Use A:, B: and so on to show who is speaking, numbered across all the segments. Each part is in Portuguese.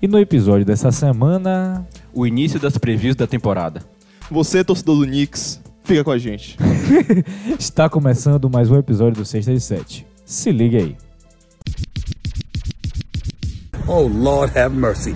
A: E no episódio dessa semana,
B: O início das previews da temporada.
C: Você, torcedor do Knicks, fica com a gente.
A: está começando mais um episódio do Sexta e Sete. Se liga aí.
D: Oh, Lord have mercy.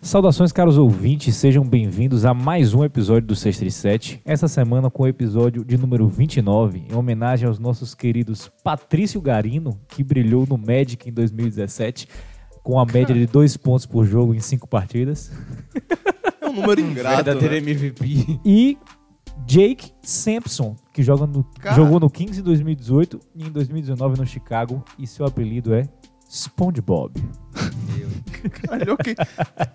A: Saudações, caros ouvintes, sejam bem-vindos a mais um episódio do 637. Essa semana com o episódio de número 29, em homenagem aos nossos queridos Patrício Garino, que brilhou no Magic em 2017, com a média de dois pontos por jogo em cinco partidas,
C: É um número
A: Hum,
C: ingrato,
B: Verdadeiro
C: né?
B: MVP.
A: e Jake Sampson, que joga no-
C: Cara.
A: jogou no 15 em 2018 e em 2019 no Chicago, e seu apelido é SpongeBob.
C: Olha o que-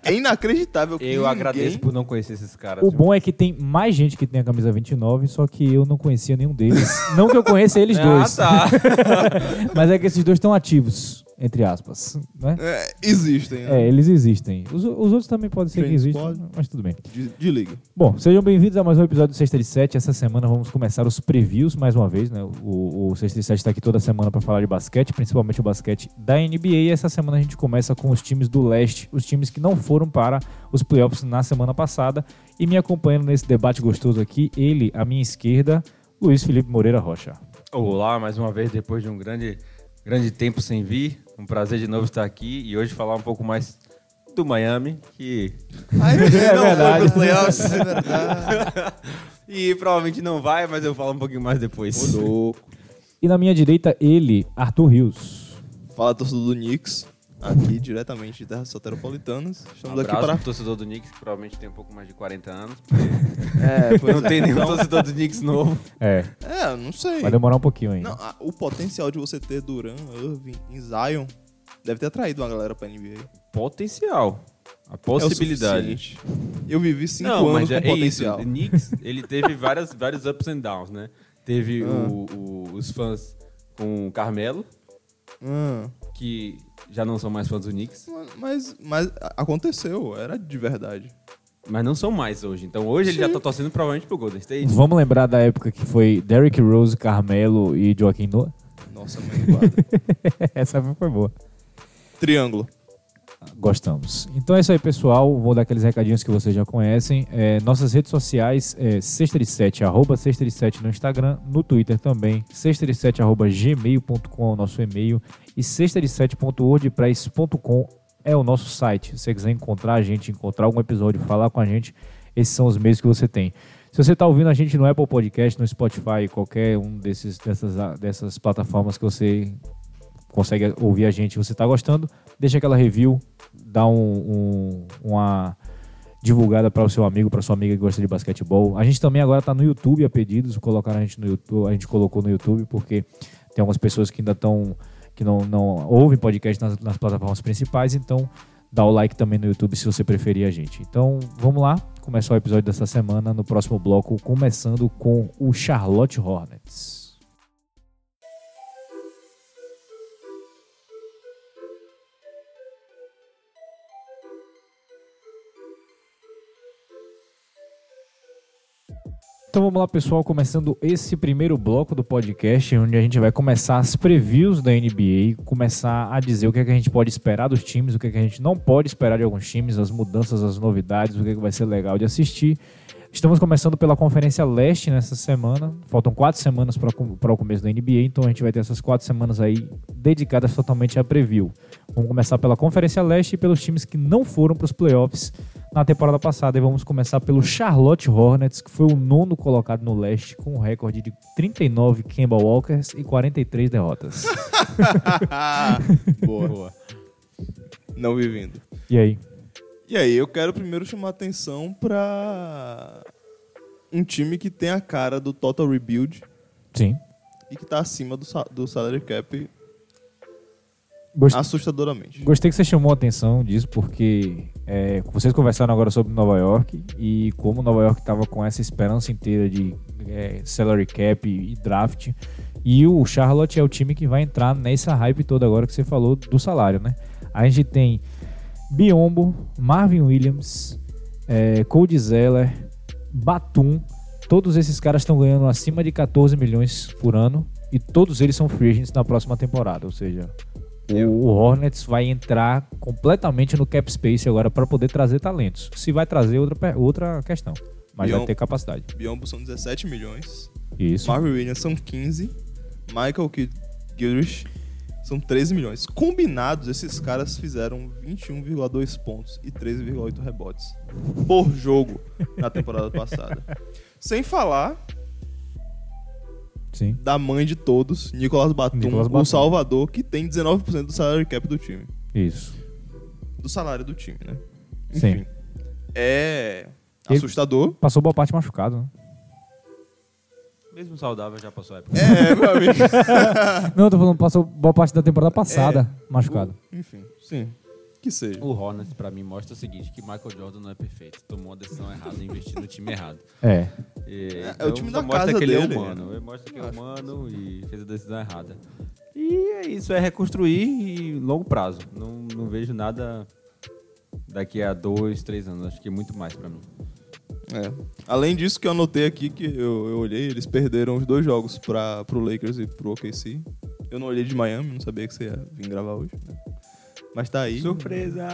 C: É inacreditável. que
B: Eu
C: ninguém-
B: agradeço por não conhecer esses caras.
A: O
B: viu?
A: bom é que tem mais gente que tem a camisa 29, só que eu não conhecia nenhum deles. não que eu conheça
C: é
A: eles dois.
B: Ah, tá.
A: Mas é que esses dois estão ativos, entre aspas. Né?
C: É, existem. né?
A: É, eles existem. Os, os outros também podem ser que
C: Friends
A: existam,
C: pod.
A: mas tudo bem.
C: De, de liga.
A: Bom, sejam bem-vindos a mais um episódio do Sexta de Sete. Essa semana vamos começar os previews mais uma vez, né? O, o Sexta de Sete está aqui toda semana para falar de basquete, principalmente o basquete da NBA. E essa semana a gente começa com os times do leste, os times que não foram para os playoffs na semana passada. E me acompanhando nesse debate gostoso aqui, ele, à minha esquerda, Luiz Felipe Moreira Rocha.
B: Olá, mais uma vez, depois de um grande, grande tempo sem vir. Um prazer de novo estar aqui e hoje falar um pouco mais do Miami, que
C: Ai,
A: É
C: não
A: verdade.
C: foi pros playoffs, é verdade.
B: e provavelmente não vai, mas eu falo um pouquinho mais depois.
C: Ô, louco.
B: Um
A: E na minha direita, ele, Arthur Rios.
C: Fala, torcedor do Knicks. Aqui, diretamente de terras soteropolitanas. Estamos
B: Abraço pro
C: aqui
B: torcedor do Knicks, que provavelmente tem um pouco mais de 40 anos.
C: para... É, pois
B: Não
C: é.
B: tem nenhum torcedor do Knicks novo.
A: É,
C: É, não sei.
A: vai demorar um pouquinho ainda.
C: Não, a- o potencial de você ter Duran, Irving e Zion deve ter atraído uma galera pra NBA.
B: Potencial. A
C: É o
B: possibilidade.
C: suficiente. Eu vivi cinco
B: não, mas
C: anos com
B: é, é isso.
C: potencial.
B: O Knicks, ele teve várias, vários ups and downs, né? Teve
C: Ah.
B: o- o- os fãs com o Carmelo,
C: Hum.
B: que já não são mais fãs do Knicks,
C: Mas, mas a- aconteceu, era de verdade.
B: mas não são mais hoje. Então hoje ele já tá torcendo provavelmente pro Golden
C: Uhum.
B: State.
A: Vamos lembrar da época que foi Derrick Rose, Carmelo e Joaquim Noah?
C: Nossa, mãe do quadro.
A: Essa foi boa.
C: Triângulo.
A: Gostamos. Então é isso aí, pessoal. Vou dar aqueles recadinhos que vocês já conhecem. É, nossas redes sociais é sexta de sete, arroba sexta de sete no Instagram, no Twitter também, sexta de sete, arroba gmail.com é o nosso e-mail e sexta de sete ponto wordpress.com é o nosso site. Se você quiser encontrar a gente, encontrar algum episódio, falar com a gente, esses são os meios que você tem. Se você está ouvindo a gente no Apple Podcast, no Spotify, qualquer um desses, dessas, dessas plataformas que você consegue ouvir a gente, você está gostando, deixa aquela review, dá um- um- uma divulgada para o seu amigo, para sua amiga que gosta de basquetebol. A gente também agora está no YouTube a pedidos, colocaram a gente no YouTube, a gente colocou no YouTube porque tem algumas pessoas que ainda estão que não, não ouvem podcast nas, nas plataformas principais, então dá o like também no YouTube se você preferir a gente. Então vamos lá, começar o episódio dessa semana no próximo bloco, começando com o Charlotte Hornets. Então vamos lá, pessoal, começando esse primeiro bloco do podcast, onde a gente vai começar as previews da NBA, começar a dizer o que, é que a gente pode esperar dos times, o que, é que a gente não pode esperar de alguns times, as mudanças, as novidades, o que, é que vai ser legal de assistir. Estamos começando pela Conferência Leste nessa semana. Faltam quatro semanas para o começo da NBA, então a gente vai ter essas quatro semanas aí dedicadas totalmente a preview. Vamos começar pela Conferência Leste e pelos times que não foram para os playoffs na temporada passada. E vamos começar pelo Charlotte Hornets, que foi o nono colocado no leste, com um recorde de 39 Kemba Walkers e 43 derrotas.
C: Boa. Não vi vindo.
A: e aí?
C: E aí, eu quero primeiro chamar atenção pra um time que tem a cara do Total Rebuild
A: Sim.
C: e que tá acima do, sa- do salary cap
A: Gost-
C: assustadoramente.
A: Gostei que você chamou a atenção disso, porque é, vocês conversaram agora sobre Nova York e como Nova York estava com essa esperança inteira de é, salary cap e draft. E o Charlotte é o time que vai entrar nessa hype toda agora que você falou do salário, né? A gente tem Biombo, Marvin Williams, é, Cody Zeller, Batum. Todos esses caras estão ganhando acima de 14 milhões por ano. e todos eles são free agents na próxima temporada, ou seja, o, o Hornets vai entrar completamente no cap space agora para poder trazer talentos. Se vai trazer outra pe- outra questão, mas
C: E
A: vai
C: é um-
A: ter capacidade.
C: Biombo são 17 milhões.
A: Isso.
C: Marvin Williams são 15. Michael Ki- Gilchrist são 13 milhões. Combinados, esses caras fizeram 21,2 pontos e 13,8 rebotes por jogo na temporada passada. Sem falar
A: Sim.
C: da mãe de todos, Nicolas Batum,
A: Nicolas
C: o
A: Batum.
C: Salvador, que tem 19% do salary cap do time.
A: Isso.
C: Do salário do time, né?
A: Sim.
C: Enfim. É
A: Ele-
C: assustador.
A: Passou boa parte machucado, né?
B: Mesmo saudável já passou a época.
C: É, meu amigo.
A: Não, eu tô falando, passou boa parte da temporada passada
C: É.
A: machucado.
C: Enfim, sim. Que seja.
E: O Hornets, pra mim, mostra o seguinte, que Michael Jordan não é perfeito. Tomou a decisão errada de investir no time errado.
A: É.
B: E,
C: É, é o
B: então,
C: time da
B: mostra
C: casa
B: que ele é
C: dele,
B: humano. Ele Mostra que é humano e fez a decisão errada. E é isso, é reconstruir e longo prazo. Não, não vejo nada daqui a dois, três anos. Acho que é muito mais pra mim.
C: É. Além disso que eu anotei aqui, que eu, eu olhei, eles perderam os dois jogos pra, pro Lakers e pro OKC. Eu não olhei de Miami, não sabia que você ia vir gravar hoje. né? Mas tá aí.
B: Surpresa!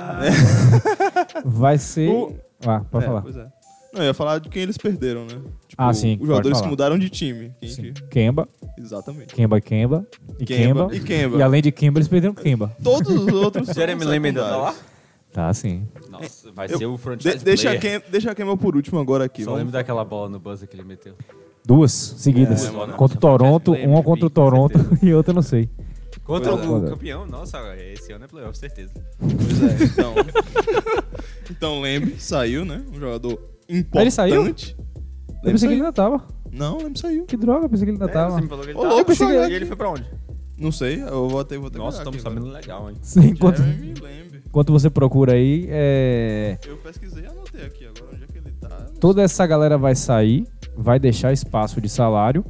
A: Vai ser.
C: O-
A: Ah, pode
C: É,
A: falar.
C: Pois é. Não, eu ia falar de quem eles perderam, né? Tipo,
A: Ah, sim,
C: Os
A: pode
C: jogadores que
A: falar.
C: mudaram de time. Quem
A: Sim.
C: que-
A: Kemba,
C: Exatamente.
A: Kemba, Kemba. E
C: Kemba,
A: Kemba.
C: e Kemba.
A: E além de Kemba, eles perderam Kemba.
C: Todos os outros. são
B: Jeremy Lin ainda tá lá?
C: secundários.
A: Tá, sim.
E: Nossa, vai
C: Eu-
E: ser o
C: De
E: franchise
C: deixa,
E: player.
C: quem, deixa quem é o por último agora aqui.
B: Só
C: vamos-
B: lembro daquela bola no buzzer que ele meteu.
A: Duas seguidas.
C: É, mano.
A: contra o Toronto, uma contra o Toronto e outra não sei.
B: Contra
C: Pois
B: o
A: é.
B: campeão, nossa, esse ano é playoff, certeza.
C: Pois é, então. então lembre, saiu, né? Um jogador importante.
A: Ele saiu? Eu
C: Lembre
A: pensei que ele
C: saiu.
A: ainda tava.
C: Não, lembre saiu.
A: Que droga, eu pensei que ele ainda
B: É,
A: tava.
B: você me falou que ele
C: Ô,
B: tá-
C: louco,
B: Eu pensei que-
C: saiu
B: E ele
C: aqui.
B: foi pra onde? Tá
C: Não sei, eu vou até. Vou até
B: Nossa,
C: olhar
B: estamos
C: aqui agora.
B: sabendo legal, hein?
A: Sim, enquanto,
C: Jeremy Lamb.
A: enquanto você procura aí, é,
C: Eu pesquisei e anotei aqui agora onde é que ele tá. eu não
A: toda essa galera vai sair, vai deixar espaço de salário,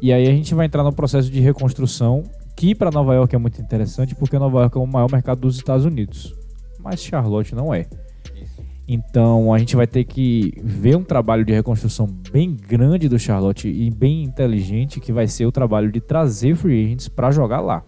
A: e aí a gente vai entrar num processo de reconstrução que para Nova York é muito interessante, porque Nova York é o maior mercado dos Estados Unidos, mas Charlotte não é. Então a gente vai ter que ver um trabalho de reconstrução bem grande do Charlotte e bem inteligente, que vai ser o trabalho de trazer free agents para jogar lá.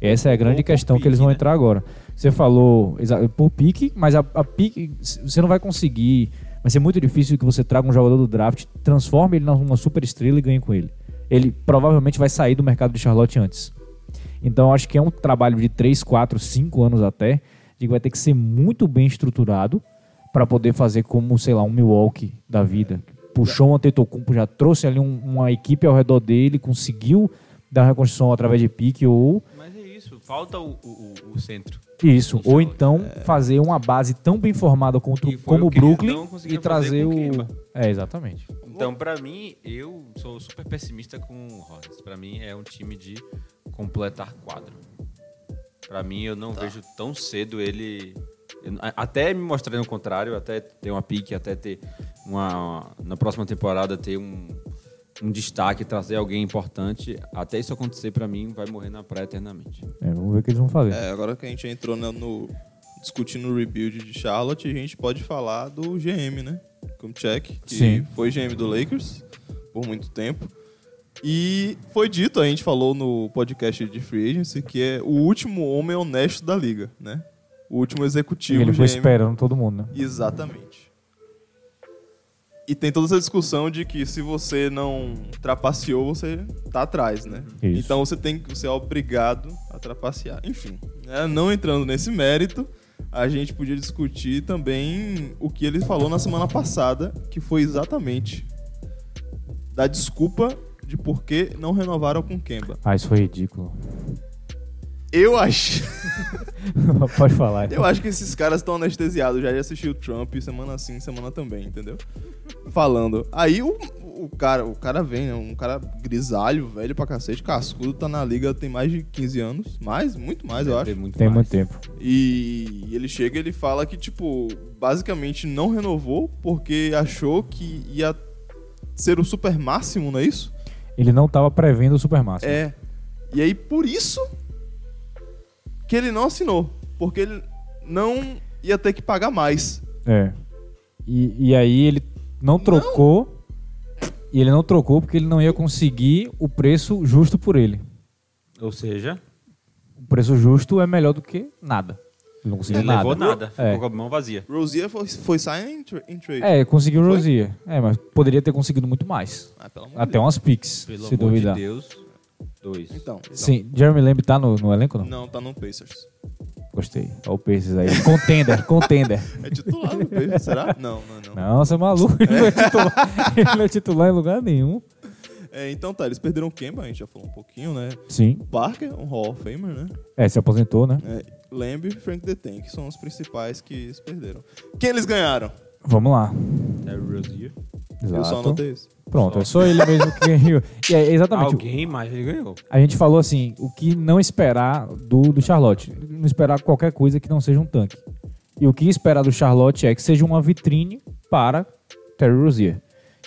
A: Essa é a grande
B: Ou por
A: questão que
B: pique,
A: eles vão
B: né?
A: entrar agora. Você falou exa- por pique, mas a, a pique c- você não vai conseguir. Vai ser muito difícil que você traga um jogador do draft, transforme ele numa super estrela e ganhe com ele. Ele provavelmente vai sair do mercado de Charlotte antes. Então eu acho que é um trabalho de 3, 4, 5 anos até, de que vai ter que ser muito bem estruturado para poder fazer como, sei lá, um Milwaukee da vida.
B: É.
A: Puxou um Antetokounmpo, já trouxe ali um- uma equipe ao redor dele, conseguiu dar reconstrução através de pique ou
B: Mas é isso, falta o, o- o- o centro.
A: isso, ou então fazer uma base tão bem formada como,
B: E foi
A: como
B: o
A: o
B: que eles
A: Brooklyn
B: não
A: e
B: conseguiram fazer
A: trazer
B: com
A: o
B: o Kemba.
A: É, exatamente.
B: Então, pra mim, eu sou super pessimista com o Hornets. Pra mim, é um time de completar quadro. Pra mim, eu
C: Tá.
B: não vejo tão cedo ele... eu- a- Até me mostrarem o contrário, até ter uma pique, até ter uma... Na próxima temporada, ter um, um destaque, trazer alguém importante. Até isso acontecer, pra mim, vai morrer na praia eternamente.
A: É, vamos ver o que eles vão fazer.
C: É, agora que a gente entrou né, no. discutindo o rebuild de Charlotte, a gente pode falar do GM, né? Kumchak, que
A: Sim.
C: foi GM do Lakers por muito tempo. E foi dito, a gente falou no podcast de Free Agency, que é o último homem honesto da liga, né? O último executivo
A: ele foi
C: GM.
A: esperando todo mundo, né?
C: Exatamente. E tem toda essa discussão de que se você não trapaceou, você tá atrás, né?
A: Isso.
C: Então você tem que você é obrigado a trapacear. Enfim, né, não entrando nesse mérito, a gente podia discutir também o que ele falou na semana passada, que foi exatamente da desculpa de por que não renovaram com Kemba.
A: Ah, isso foi ridículo.
C: Eu acho,
A: Pode falar.
C: eu acho que esses caras estão anestesiados. Já assisti o Trump semana sim, semana também, entendeu? falando. Aí o, o cara, o cara vem, né? Um cara grisalho, velho pra cacete, cascudo, tá na liga tem mais de 15 anos, mais, muito mais, eu acho.
B: Tem muito
A: Tem
B: mais.
A: muito tempo.
C: E ele chega e ele fala que, tipo, basicamente não renovou porque achou que ia ser o super máximo, não é isso?
A: Ele não tava prevendo o Supermáximo.
C: É. E aí por isso que ele não assinou, porque ele não ia ter que pagar mais.
A: É. E, e aí ele não trocou E ele não trocou porque ele não ia conseguir o preço justo por ele.
E: Ou seja,
A: O preço justo é melhor do que nada. Ele não conseguiu
E: ele
A: nada.
E: levou nada,
A: É.
E: ficou com a mão vazia.
C: Rosier foi, foi sign in, tra- in trade.
A: É, conseguiu o Rosier. É, mas poderia ter conseguido muito mais.
C: Ah, pelo amor de
A: Até umas picks,
E: Pelo
A: se
E: amor
A: duvidar.
E: de Deus. Dois.
C: Deus. Então,
A: Sim, Jeremy Lamb tá no, no elenco ou não?
C: não, tá no Pacers.
A: Gostei. Olha o Pacers aí. Contender, contender.
C: É titular do Pacers, será? Não, não, não.
A: Não, você é maluco. Ele não é titular, ele não é titular em lugar nenhum.
C: É, então tá, eles perderam o Kemba, a gente já falou um pouquinho, né?
A: Sim.
C: Parker, um Hall of Famer, né?
A: É, se aposentou, né?
C: É, Lamb e Frank The Tank são os principais que eles perderam. Quem eles ganharam?
A: Vamos lá.
E: Terry Rozier.
C: Eu só
A: Exato.
C: anotei isso.
A: Pronto, é só ele mesmo que ganhou. E é exatamente. o-
E: Alguém mais ele ganhou.
A: A gente falou assim, o que não esperar do, do Charlotte. Não esperar qualquer coisa que não seja um tanque. E o que esperar do Charlotte é que seja uma vitrine para Terry Rozier.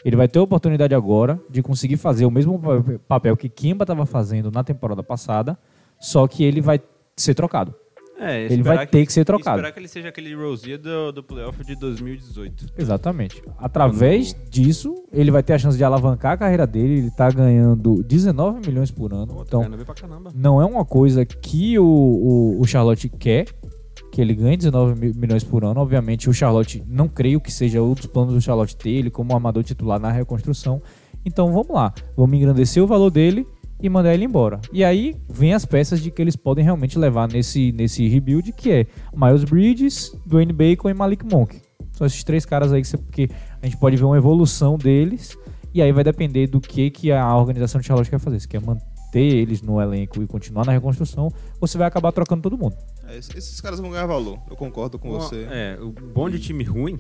A: Ele vai ter a oportunidade agora de conseguir fazer o mesmo pa- papel que Kimba estava fazendo na temporada passada, só que ele vai ser trocado.
E: É,
A: Ele
E: esperar
A: vai ter que ser trocado.
E: Esperar que ele seja aquele Rozier do, do playoff de 2018.
A: Exatamente. Através disso, ele vai ter a chance de alavancar a carreira dele. Ele está ganhando 19 milhões por ano.
E: Pô, tá
A: Então,
E: ganhando bem pra caramba.
A: não é uma coisa que o, o, o Charlotte quer, que ele ganhe 19 mi- milhões por ano. Obviamente, o Charlotte, não creio que seja outros planos do Charlotte ter ele como armador titular na reconstrução. Então vamos lá, vamos engrandecer o valor dele e mandar ele embora. E aí vem as peças de que eles podem realmente levar nesse, nesse rebuild, que é Miles Bridges, Dwayne Bacon e Malik Monk. São esses três caras aí que, você, que a gente pode ver uma evolução deles. E aí vai depender do que, que a organização de Charlotte quer fazer. Se quer manter eles no elenco e continuar na reconstrução, ou se vai acabar trocando todo mundo.
C: É, es- esses caras vão ganhar valor, eu concordo com você.
E: É, o bom de time ruim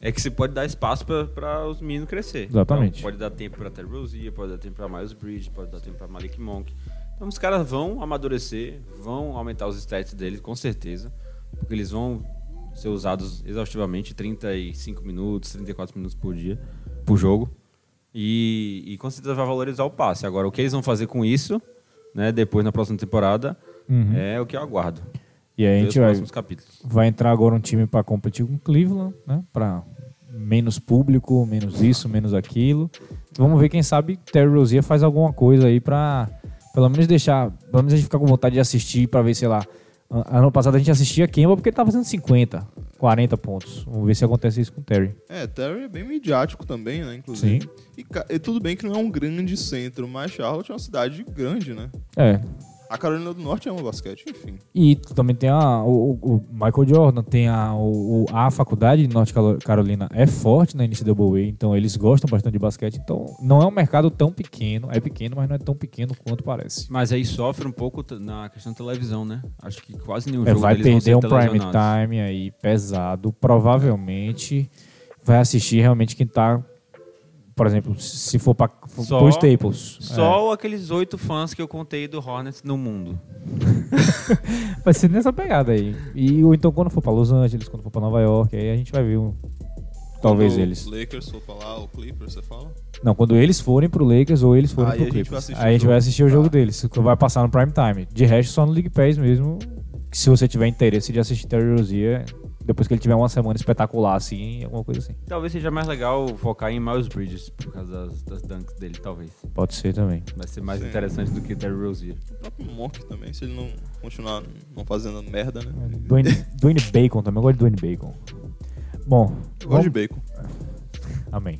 E: é que você pode dar espaço pra- pra os meninos crescer.
A: Exatamente.
E: Então, pode dar tempo pra Terry Rozier, pode dar tempo pra Miles Bridges, pode dar tempo pra Malik Monk. Então os caras vão amadurecer, vão aumentar os stats deles, com certeza. Porque eles vão ser usados exaustivamente 35 minutos, 34 minutos por dia, por jogo. E, e com certeza vai valorizar o passe. Agora, o que eles vão fazer com isso, né, depois na próxima temporada, é o que eu aguardo.
A: E aí Uhum. a gente
E: Ver os
A: vai,
E: próximos capítulos.
A: vai entrar agora um time para competir com Cleveland, né? Para menos público, menos isso, menos aquilo. Vamos ver, quem sabe Terry Rozier faz alguma coisa aí para pelo menos deixar, pelo menos a gente ficar com vontade de assistir para ver, sei lá. An- Ano passado a gente assistia Kemba porque ele tava fazendo 50, 40 pontos. Vamos ver se acontece isso com o Terry.
C: É, Terry é bem midiático também, né, inclusive.
A: Sim.
C: E, ca- e tudo bem que não é um grande centro, mas Charlotte é uma cidade grande, né?
A: É,
C: A Carolina do Norte ama basquete, enfim.
A: E também tem a, o, o- o Michael Jordan, tem a, o, o- a faculdade de Norte Calo- Carolina é forte na NCAA, então eles gostam bastante de basquete. Então não é um mercado tão pequeno, é pequeno, mas não é tão pequeno quanto parece.
E: Mas aí sofre um pouco t- na questão da televisão, né? Acho que quase nenhum
A: É,
E: jogo
A: vai
E: deles vão
A: perder
E: ser
A: um prime
E: televisionados.
A: time aí pesado, provavelmente vai assistir realmente quem tá, por exemplo, se for para
E: Só-
A: os Staples.
E: Só aqueles oito fãs que eu contei do Hornets no mundo.
A: É, vai ser nessa pegada aí. E ou então quando for para Los Angeles, quando for para Nova York, aí a gente vai ver um, talvez
C: Quando
A: eles.
C: O Lakers for pra lá, o Clippers, você fala?
A: Não, quando eles forem pro Lakers ou eles forem
C: Aí a
A: pro
C: gente vai
A: Clippers. Aí
C: assistir
A: a
C: o
A: gente
C: jogo.
A: vai assistir o
C: Tá.
A: jogo deles, que vai passar no prime time. De resto, só no League Pass mesmo. que se você tiver interesse de assistir Terry Rozier, depois que ele tiver uma semana espetacular, assim, alguma coisa assim.
E: Talvez seja mais legal focar em Miles Bridges por causa das, das dunks dele, talvez.
A: Pode ser também.
E: Vai ser mais
C: Sim.
E: interessante do que Terry Rozier.
C: O próprio Monk também, se ele não continuar não fazendo merda, né?
A: Dwayne, Dwayne Bacon também, eu gosto de Dwayne Bacon. Bom,
C: Eu gosto
A: vamos...
C: de bacon.
A: amém.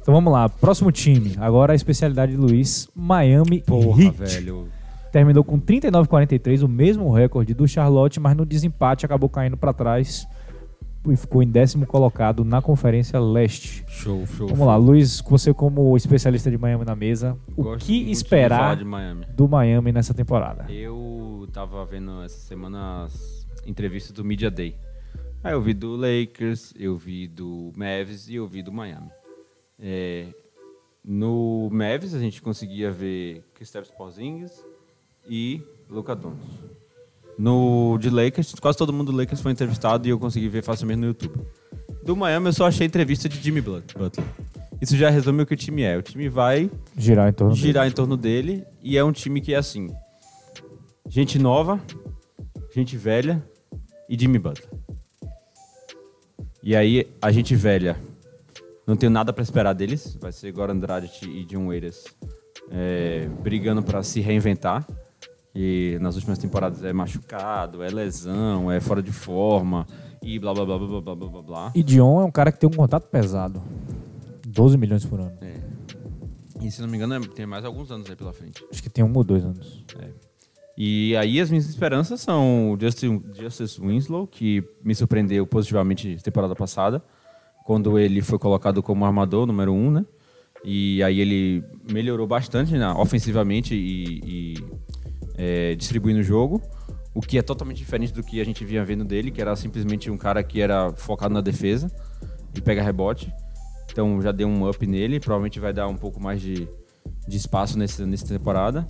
A: Então vamos lá, próximo time. Agora a especialidade de Luiz, Miami
E: Porra,
A: Heat.
E: velho.
A: Terminou com 39,43, o mesmo recorde do Charlotte, mas no desempate acabou caindo para trás e ficou em décimo colocado na Conferência Leste.
E: Show, show.
A: Vamos lá, Luiz, você como especialista de Miami na mesa, o
E: Gosto muito
A: que
E: de falar
A: esperar
E: de Miami.
A: do Miami nessa temporada?
E: Eu tava vendo essa semana as entrevistas do Media Day. Aí eu vi do Lakers, eu vi do Mavs e eu vi do Miami. É, no Mavs a gente conseguia ver Kristaps Porzingis e Luca Doncic. No de Lakers, quase todo mundo do Lakers foi entrevistado e eu consegui ver facilmente no YouTube. Do Miami eu só achei entrevista de Jimmy Blut- Butler. Isso já resume o que o time é. O time vai
A: Girar em torno
E: girar em torno dele. E é um time que é assim: gente nova, gente velha e Jimmy Butler. E aí, a gente velha Não tenho nada pra esperar deles. Vai ser Goran Dragic e John Waiters é, brigando pra se reinventar. E nas últimas temporadas é machucado, é lesão, é fora de forma e blá blá blá blá blá blá blá blá.
A: E Dion é um cara que tem um contato pesado. 12 milhões por ano.
E: É. E se não me engano, é- tem mais alguns anos aí pela frente.
A: Acho que tem um ou dois anos.
E: É. E aí as minhas esperanças são o Justin, Justice Winslow, que me surpreendeu positivamente temporada passada, quando ele foi colocado como armador número um, né? E aí ele melhorou bastante na, ofensivamente e, e, é, distribuindo o jogo, o que é totalmente diferente do que a gente vinha vendo dele, que era simplesmente um cara que era focado na defesa e pega rebote. Então já deu um up nele, provavelmente vai dar um pouco mais de, de espaço nesse, nessa temporada.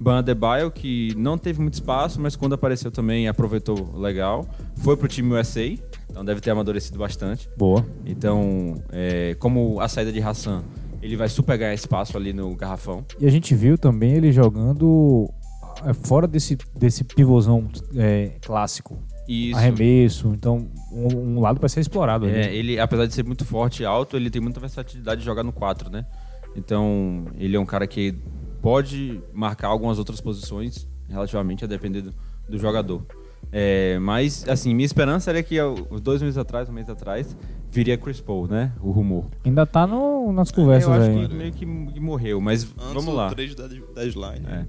E: Ban Adebayo, que não teve muito espaço, mas quando apareceu também aproveitou legal. Foi pro time USA, então deve ter amadurecido bastante.
A: Boa.
E: Então, é, como a saída de Hassan, ele vai super ganhar espaço ali no garrafão.
A: E a gente viu também ele jogando é, fora desse, desse pivôzão é, clássico.
E: Isso.
A: Arremesso. Então, um, um lado vai ser explorado. ali.
E: É, ele, apesar de ser muito forte e alto, ele tem muita versatilidade de jogar no 4, né? Então, ele é um cara que pode marcar algumas outras posições relativamente a depender do, do jogador. É, mas, assim, minha esperança era que eu- uns dois meses atrás, um mês atrás, viria Chris Paul, né? O rumor.
A: Ainda tá no, nas conversas
E: eu acho
A: aí.
E: que meio que que morreu, mas
C: Antes
E: vamos
C: ou
E: lá.
C: três da deadline.
E: É.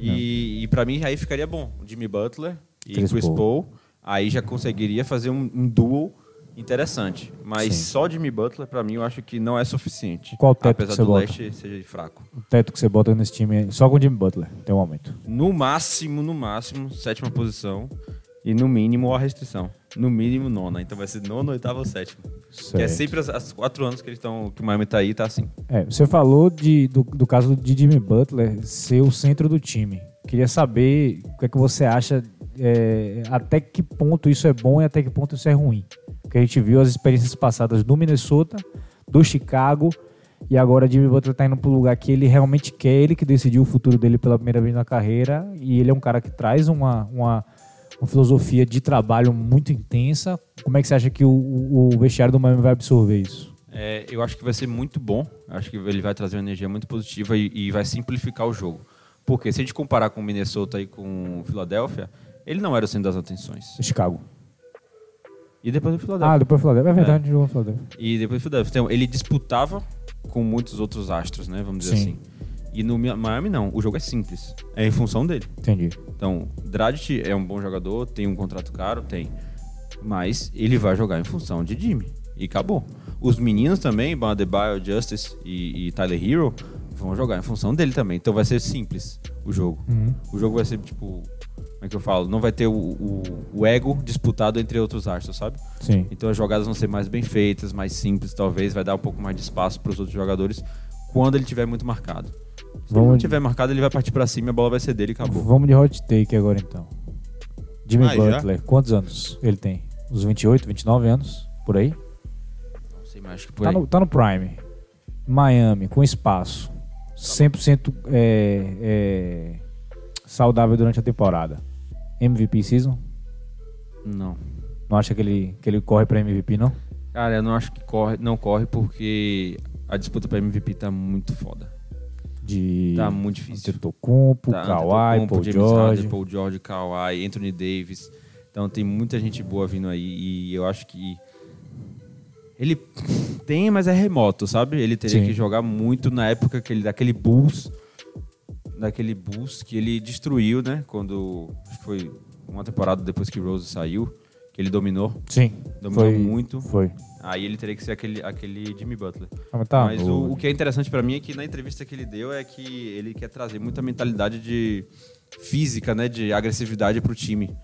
E: E, e para mim aí ficaria bom. Jimmy Butler e
A: Chris
E: Chris,
A: Paul.
E: Paul. Aí já conseguiria fazer um, um duo interessante. Mas
A: Sim.
E: só Jimmy Butler, pra mim, eu acho que não é suficiente.
A: Qual teto que
E: Apesar
A: você
E: do
A: bota?
E: leste ser fraco.
A: O teto que você bota nesse time é só com o Jimmy Butler, até o momento.
E: No máximo, no máximo, sétima posição. E no mínimo, a restrição. No mínimo, nona. Então vai ser nona, oitava ou sétima. Que é
A: Certo.
E: sempre as, as quatro anos que eles estão. Que o Miami tá aí, tá assim.
A: É, você falou de- do, do caso de Jimmy Butler ser o centro do time. Queria saber o que é que você acha, é, até que ponto isso é bom e até que ponto isso é ruim. Porque a gente viu as experiências passadas do Minnesota, do Chicago, e agora Jimmy Butler tá indo pro lugar que ele realmente quer, ele que decidiu o futuro dele pela primeira vez na carreira, e ele é um cara que traz uma, uma, uma filosofia de trabalho muito intensa. Como é que você acha que o, o- o vestiário do Miami vai absorver isso?
E: É, eu acho que vai ser muito bom. Eu Acho que ele vai trazer uma energia muito positiva e, e vai simplificar o jogo. Porque se a gente comparar com o Minnesota e com o Filadélfia, ele não era o centro das atenções.
A: Chicago.
E: E depois o Filadélfia.
A: Ah, depois Filadélfia. É verdade, a gente jogou no Filadélfia.
E: E depois o Philadelphia. Então, ele disputava com muitos outros astros, né? Vamos dizer
A: Sim.
E: assim. E no Mi- Miami, não. O jogo é simples. É em função dele.
A: Entendi.
E: Então, Dragic é um bom jogador, tem um contrato caro, tem. Mas ele vai jogar em função de Jimmy. E acabou. Os meninos também, Bam Adebayo, Justice e, e Tyler Hero, vão jogar em função dele também. Então vai ser simples o jogo.
A: Uhum.
E: O jogo vai ser, tipo... Como é que eu falo? Não vai ter o, o- o ego disputado entre outros astros, sabe?
A: Sim.
E: Então as jogadas vão ser mais bem feitas, mais simples, talvez. Vai dar um pouco mais de espaço para os outros jogadores quando ele tiver muito marcado. Se ele
A: Vamos-
E: não tiver marcado, ele vai partir para cima e a bola vai ser dele e acabou.
A: Vamos de hot take agora então. Jimmy
C: Ah, já?
A: Butler, quantos anos ele tem? Uns 28, 29 anos? Por aí?
E: Não sei mais que por
A: Tá
E: aí.
A: no, tá no Prime. Miami, com espaço. 100% é, é, saudável durante a temporada. MVP season?
E: Não.
A: Não acha que ele, que ele corre pra MVP, não?
E: Cara, eu não acho que corre, não corre porque a disputa pra MVP tá muito foda.
A: De
E: Tá muito difícil.
A: Antetokounmpo,
E: Tá
A: Kawhi,
E: Antetokounmpo,
A: Paul
E: James
A: George.
E: Harden, Paul George, Kawhi, Anthony Davis. Então tem muita gente boa vindo aí e eu acho que ele tem, mas é remoto, sabe? Ele teria
A: Sim.
E: que jogar muito na época que ele, daquele Bulls, daquele Bulls que ele destruiu, né? Quando acho que foi uma temporada depois que Rose saiu, que ele dominou.
A: Sim.
E: Dominou
A: foi-
E: muito.
A: Foi.
E: Aí ele teria que ser aquele, aquele Jimmy Butler.
A: Ah, mas tá
E: Mas
A: bom.
E: o, o que é interessante pra mim é que na entrevista que ele deu é que ele quer trazer muita mentalidade de física, né, de agressividade pro time.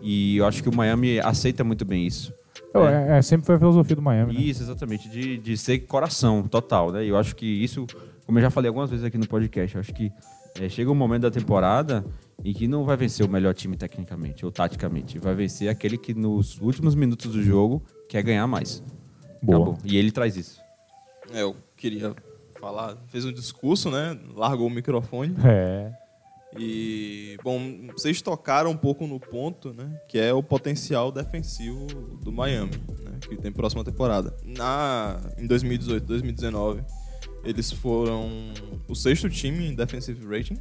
E: E eu acho que o Miami aceita muito bem isso.
A: Eu- é- é, sempre foi a filosofia do Miami, né?
E: Isso, exatamente, de, de ser coração total, né? E eu acho que isso, como eu já falei algumas vezes aqui no podcast, eu acho que eh, chega um momento da temporada em que não vai vencer o melhor time tecnicamente ou taticamente, vai vencer aquele que nos últimos minutos do jogo quer ganhar mais.
A: Boa.
E: Acabou. E ele traz isso.
C: É, eu queria falar. Fez um discurso, né? Largou o microfone.
A: É.
C: E, bom, vocês tocaram um pouco no ponto, né? Que é o potencial defensivo do Miami, né? Que tem próxima temporada. Na, em 2018, 2019, eles foram o sexto time em defensive rating,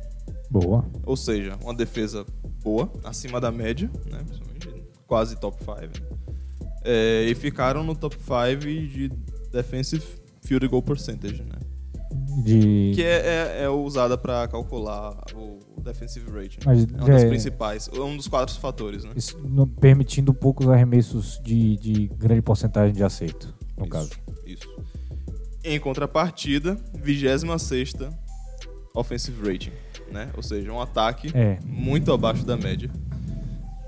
A: Boa.
C: ou seja, uma defesa boa, acima da média, né? Principalmente quase top 5. né? É, e ficaram no top 5 de defensive field goal percentage, né?
A: De...
C: Que é, é- é usada pra calcular o defensive rating.
A: Mas
C: é um dos
A: é-
C: principais, é um dos quatro fatores, né?
A: Isso não- permitindo poucos arremessos de, de grande porcentagem de aceito, no
C: Isso,
A: caso.
C: Isso. Em contrapartida, 26 offensive rating, né? Ou seja, um ataque
A: É.
C: muito abaixo da média.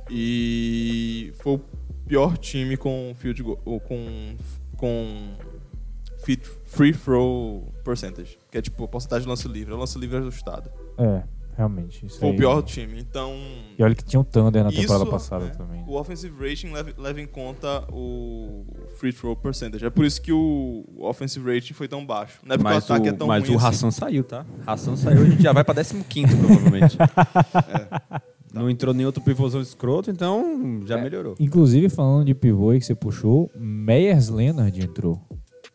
C: E foi o pior time com field goal, ou com com fit- free throw percentage, que é tipo a porcentagem de lance livre, é o lance livre ajustado.
A: É, realmente. Isso
C: Foi
A: aí-
C: o pior time. Então,
A: E olha que tinha o Thunder na
C: Isso,
A: temporada passada
C: né,
A: também.
C: O offensive rating leva, leva em conta o free throw percentage. É por isso que o offensive rating foi tão baixo. Não é porque
E: Mas
C: o
E: o,
C: ataque é tão
E: mas
C: ruim
E: o
C: assim.
E: Hassan saiu, tá? Hassan saiu, a gente já vai pra 15 quinto, provavelmente.
A: É.
E: Não entrou nenhum outro pivôzão escroto, então já melhorou.
A: Inclusive, falando de pivô aí que você puxou, Meyers Leonard entrou.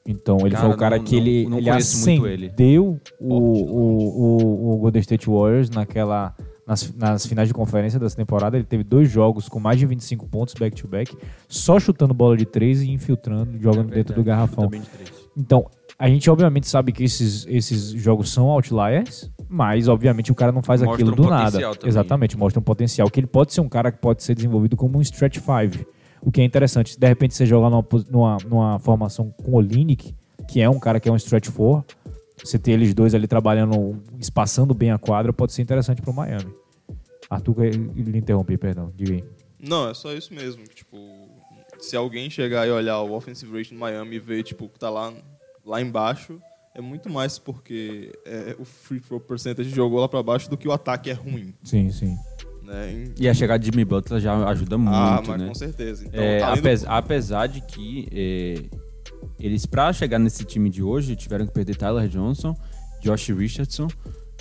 A: Então, ele
B: Cara,
A: foi o cara
B: não-
A: que
B: não-
A: ele,
B: não
A: ele
B: conheço muito
A: acendeu
B: ele.
A: o, o, o, o Golden State Warriors naquela, nas, nas finais de conferência dessa temporada. Ele teve dois jogos com mais de 25 pontos back-to-back, só chutando bola de três e infiltrando, jogando dentro do garrafão.
B: É Também de três.
A: Então, a gente obviamente sabe que esses, esses jogos são outliers, mas obviamente o cara não faz
B: Mostra
A: aquilo
B: um
A: do nada.
B: potencial também.
A: Exatamente, mostra um potencial. Que ele pode ser um cara que pode ser desenvolvido como um stretch five. O que é interessante. De repente você joga numa, pos- numa, numa formação com o Linick, que é um cara que é um stretch four. Você ter eles dois ali trabalhando, espaçando bem a quadra, pode ser interessante pro Miami. Arthur, eu lhe interrompi, perdão. Diga aí.
C: Não, é só isso mesmo. Tipo, se alguém chegar e olhar o offensive rating do Miami e ver tipo que tá lá lá embaixo, é muito mais porque é, o free throw percentage jogou lá pra baixo do que o ataque é ruim,
A: Sim, sim.
C: né? Em-
E: E a chegada de Jimmy Butler já ajuda muito,
C: ah, mas
E: né?
C: com certeza. Então,
E: É,
C: tá além do-
E: apes- Apesar de que é, eles, pra chegar nesse time de hoje, tiveram que perder Tyler Johnson, Josh Richardson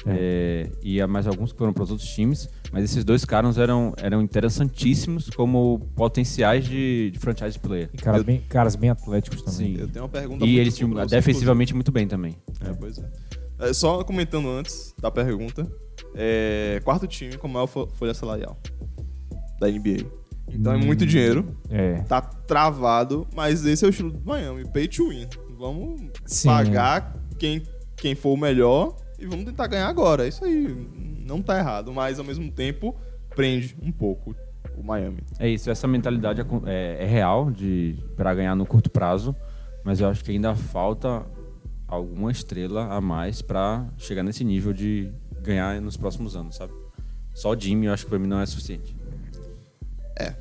E: é, e há mais alguns que foram para os outros times. Mas esses dois caras eram, eram interessantíssimos como potenciais de, de franchise player.
A: E cara,
C: Eu-
A: bem- caras bem atléticos também.
E: Sim.
C: Eu tenho uma pergunta
E: E
C: muito
E: eles tinham
C: curiosa,
E: defensivamente muito bem também.
C: É, pois é. É, Só comentando antes da pergunta, é, quarto time com maior fo- folha salarial da NBA. Então é
E: Hum.
C: muito dinheiro,
A: É.
C: tá travado, mas esse é o estilo do Miami, pay to win. Vamos
A: Sim,
C: pagar quem, quem for o melhor e vamos tentar ganhar agora. É Isso aí não tá errado, mas ao mesmo tempo prende um pouco o Miami.
E: É isso, essa mentalidade é, co- é- é real de para ganhar no curto prazo, mas eu acho que ainda falta alguma estrela a mais para chegar nesse nível de ganhar nos próximos anos, sabe? Só Jimmy, eu acho que para mim não é suficiente.
C: É.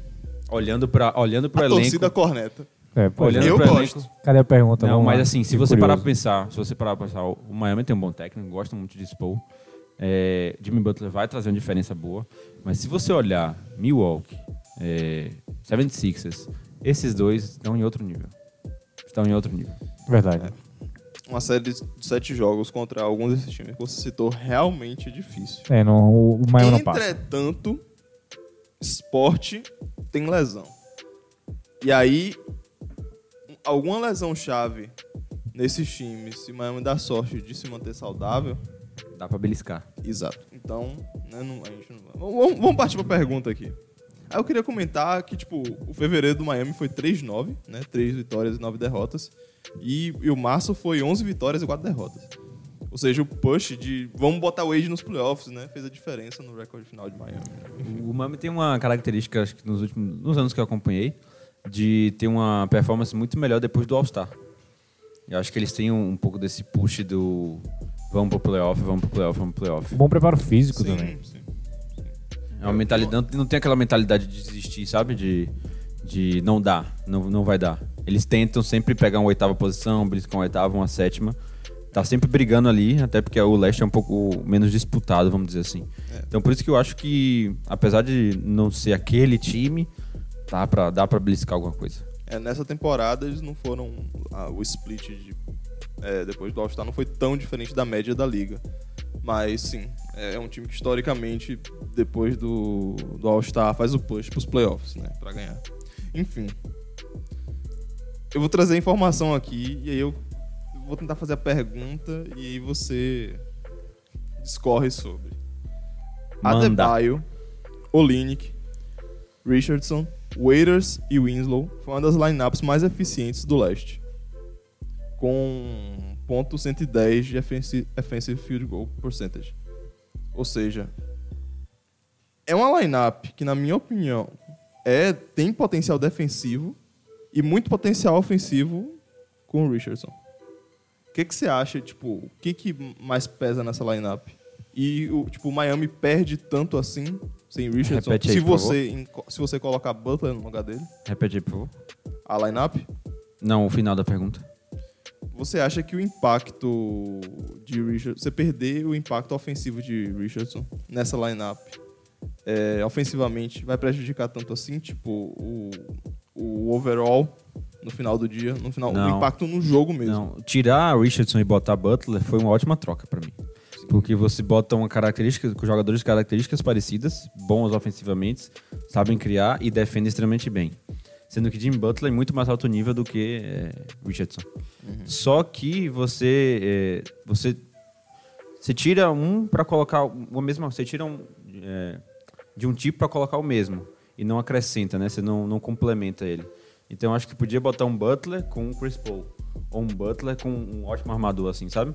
E: Olhando para olhando
C: A
E: pro elenco,
C: torcida corneta.
A: É, pois
E: olhando
A: é.
C: Eu
E: pro
C: gosto.
E: elenco.
A: Cadê a pergunta?
E: Não,
A: Tá, Vamos
E: mas
A: lá.
E: assim, se
A: Fiquei
E: você parar pra
A: curioso.
E: pensar, se você parar pra pensar, o Miami tem um bom técnico, gosta muito de Spo. É, Jimmy Butler vai trazer uma diferença boa. Mas se você olhar Milwaukee, é, 76ers, esses dois estão em outro nível. Estão em outro nível.
A: Verdade.
C: Uma série de sete jogos contra alguns desses times que você citou realmente é difícil.
A: É, não, o, o Miami não passa.
C: Entretanto, esporte tem lesão. E aí, alguma lesão chave nesses times, se o Miami dá sorte de se manter saudável,
E: Dá pra beliscar.
C: exato. Então, né, não- a gente não vai. Vamos- Vamos, vamos partir pra pergunta aqui. Aí eu queria comentar que, tipo, o fevereiro do Miami foi 3-9, né? 3 vitórias e 9 derrotas. E, e o março foi 11 vitórias e 4 derrotas. Ou seja, o push de vamos botar o Wade nos playoffs, né? Fez a diferença no recorde final de Miami.
E: O Miami tem uma característica, acho que nos últimos nos anos que eu acompanhei, de ter uma performance muito melhor depois do All-Star. Eu acho que eles têm um, um pouco desse push do vamos pro playoff, vamos pro playoff, vamos pro playoff.
A: Bom preparo físico também.
C: sim.
E: É uma mentalidade, não tem aquela mentalidade de desistir, sabe? De, de não dar, não, não vai dar. Eles tentam sempre pegar uma oitava posição, beliscar uma oitava, uma sétima. Tá sempre brigando ali, até porque o leste é um pouco menos disputado, vamos dizer assim. Então por isso que eu acho que, apesar de não ser aquele time, tá pra, dá pra beliscar alguma coisa.
C: É, nessa temporada eles não foram. ah, o split de, é, depois do All-Star não foi tão diferente da média da liga. Mas sim, é um time que historicamente, depois do, do All-Star, faz o push pros playoffs, né? Pra ganhar. Enfim. Eu vou trazer a informação aqui e aí eu vou tentar fazer a pergunta e aí você discorre sobre.
E: Manda.
C: Adebayo, Olinick, Richardson, Waiters e Winslow foi uma das lineups mais eficientes do leste. Com ponto .110 de offensi- offensive field goal percentage. Ou seja, é uma lineup que na minha opinião é tem potencial defensivo e muito potencial ofensivo com o Richardson. O que que você acha, tipo, o que que mais pesa nessa lineup? E o tipo, o Miami perde tanto assim sem Richardson?
E: Repete aí,
C: se
E: por
C: você enco- se você colocar Butler no lugar dele,
E: Repete aí, por favor.
C: a lineup,
E: Não, o final da pergunta.
C: você acha que o impacto de Richardson, você perder o impacto ofensivo de Richardson nessa lineup, é, ofensivamente, vai prejudicar tanto assim, tipo, o, o overall no final do dia, no final, o
E: Não.
C: impacto no jogo mesmo.
E: Não, tirar Richardson e botar Butler foi uma ótima troca pra mim. Porque você bota uma característica, com jogadores de características parecidas, bons ofensivamente, sabem criar e defendem extremamente bem. Sendo que Jim Butler é muito mais alto nível do que é, Richardson. Só que você, é, você você tira um pra colocar o mesmo. Você tira um é, de um tipo pra colocar o mesmo e não acrescenta, né? Você não, não complementa ele. Então eu acho que podia botar um Butler com um Chris Paul ou um Butler com um ótimo armador, assim, sabe?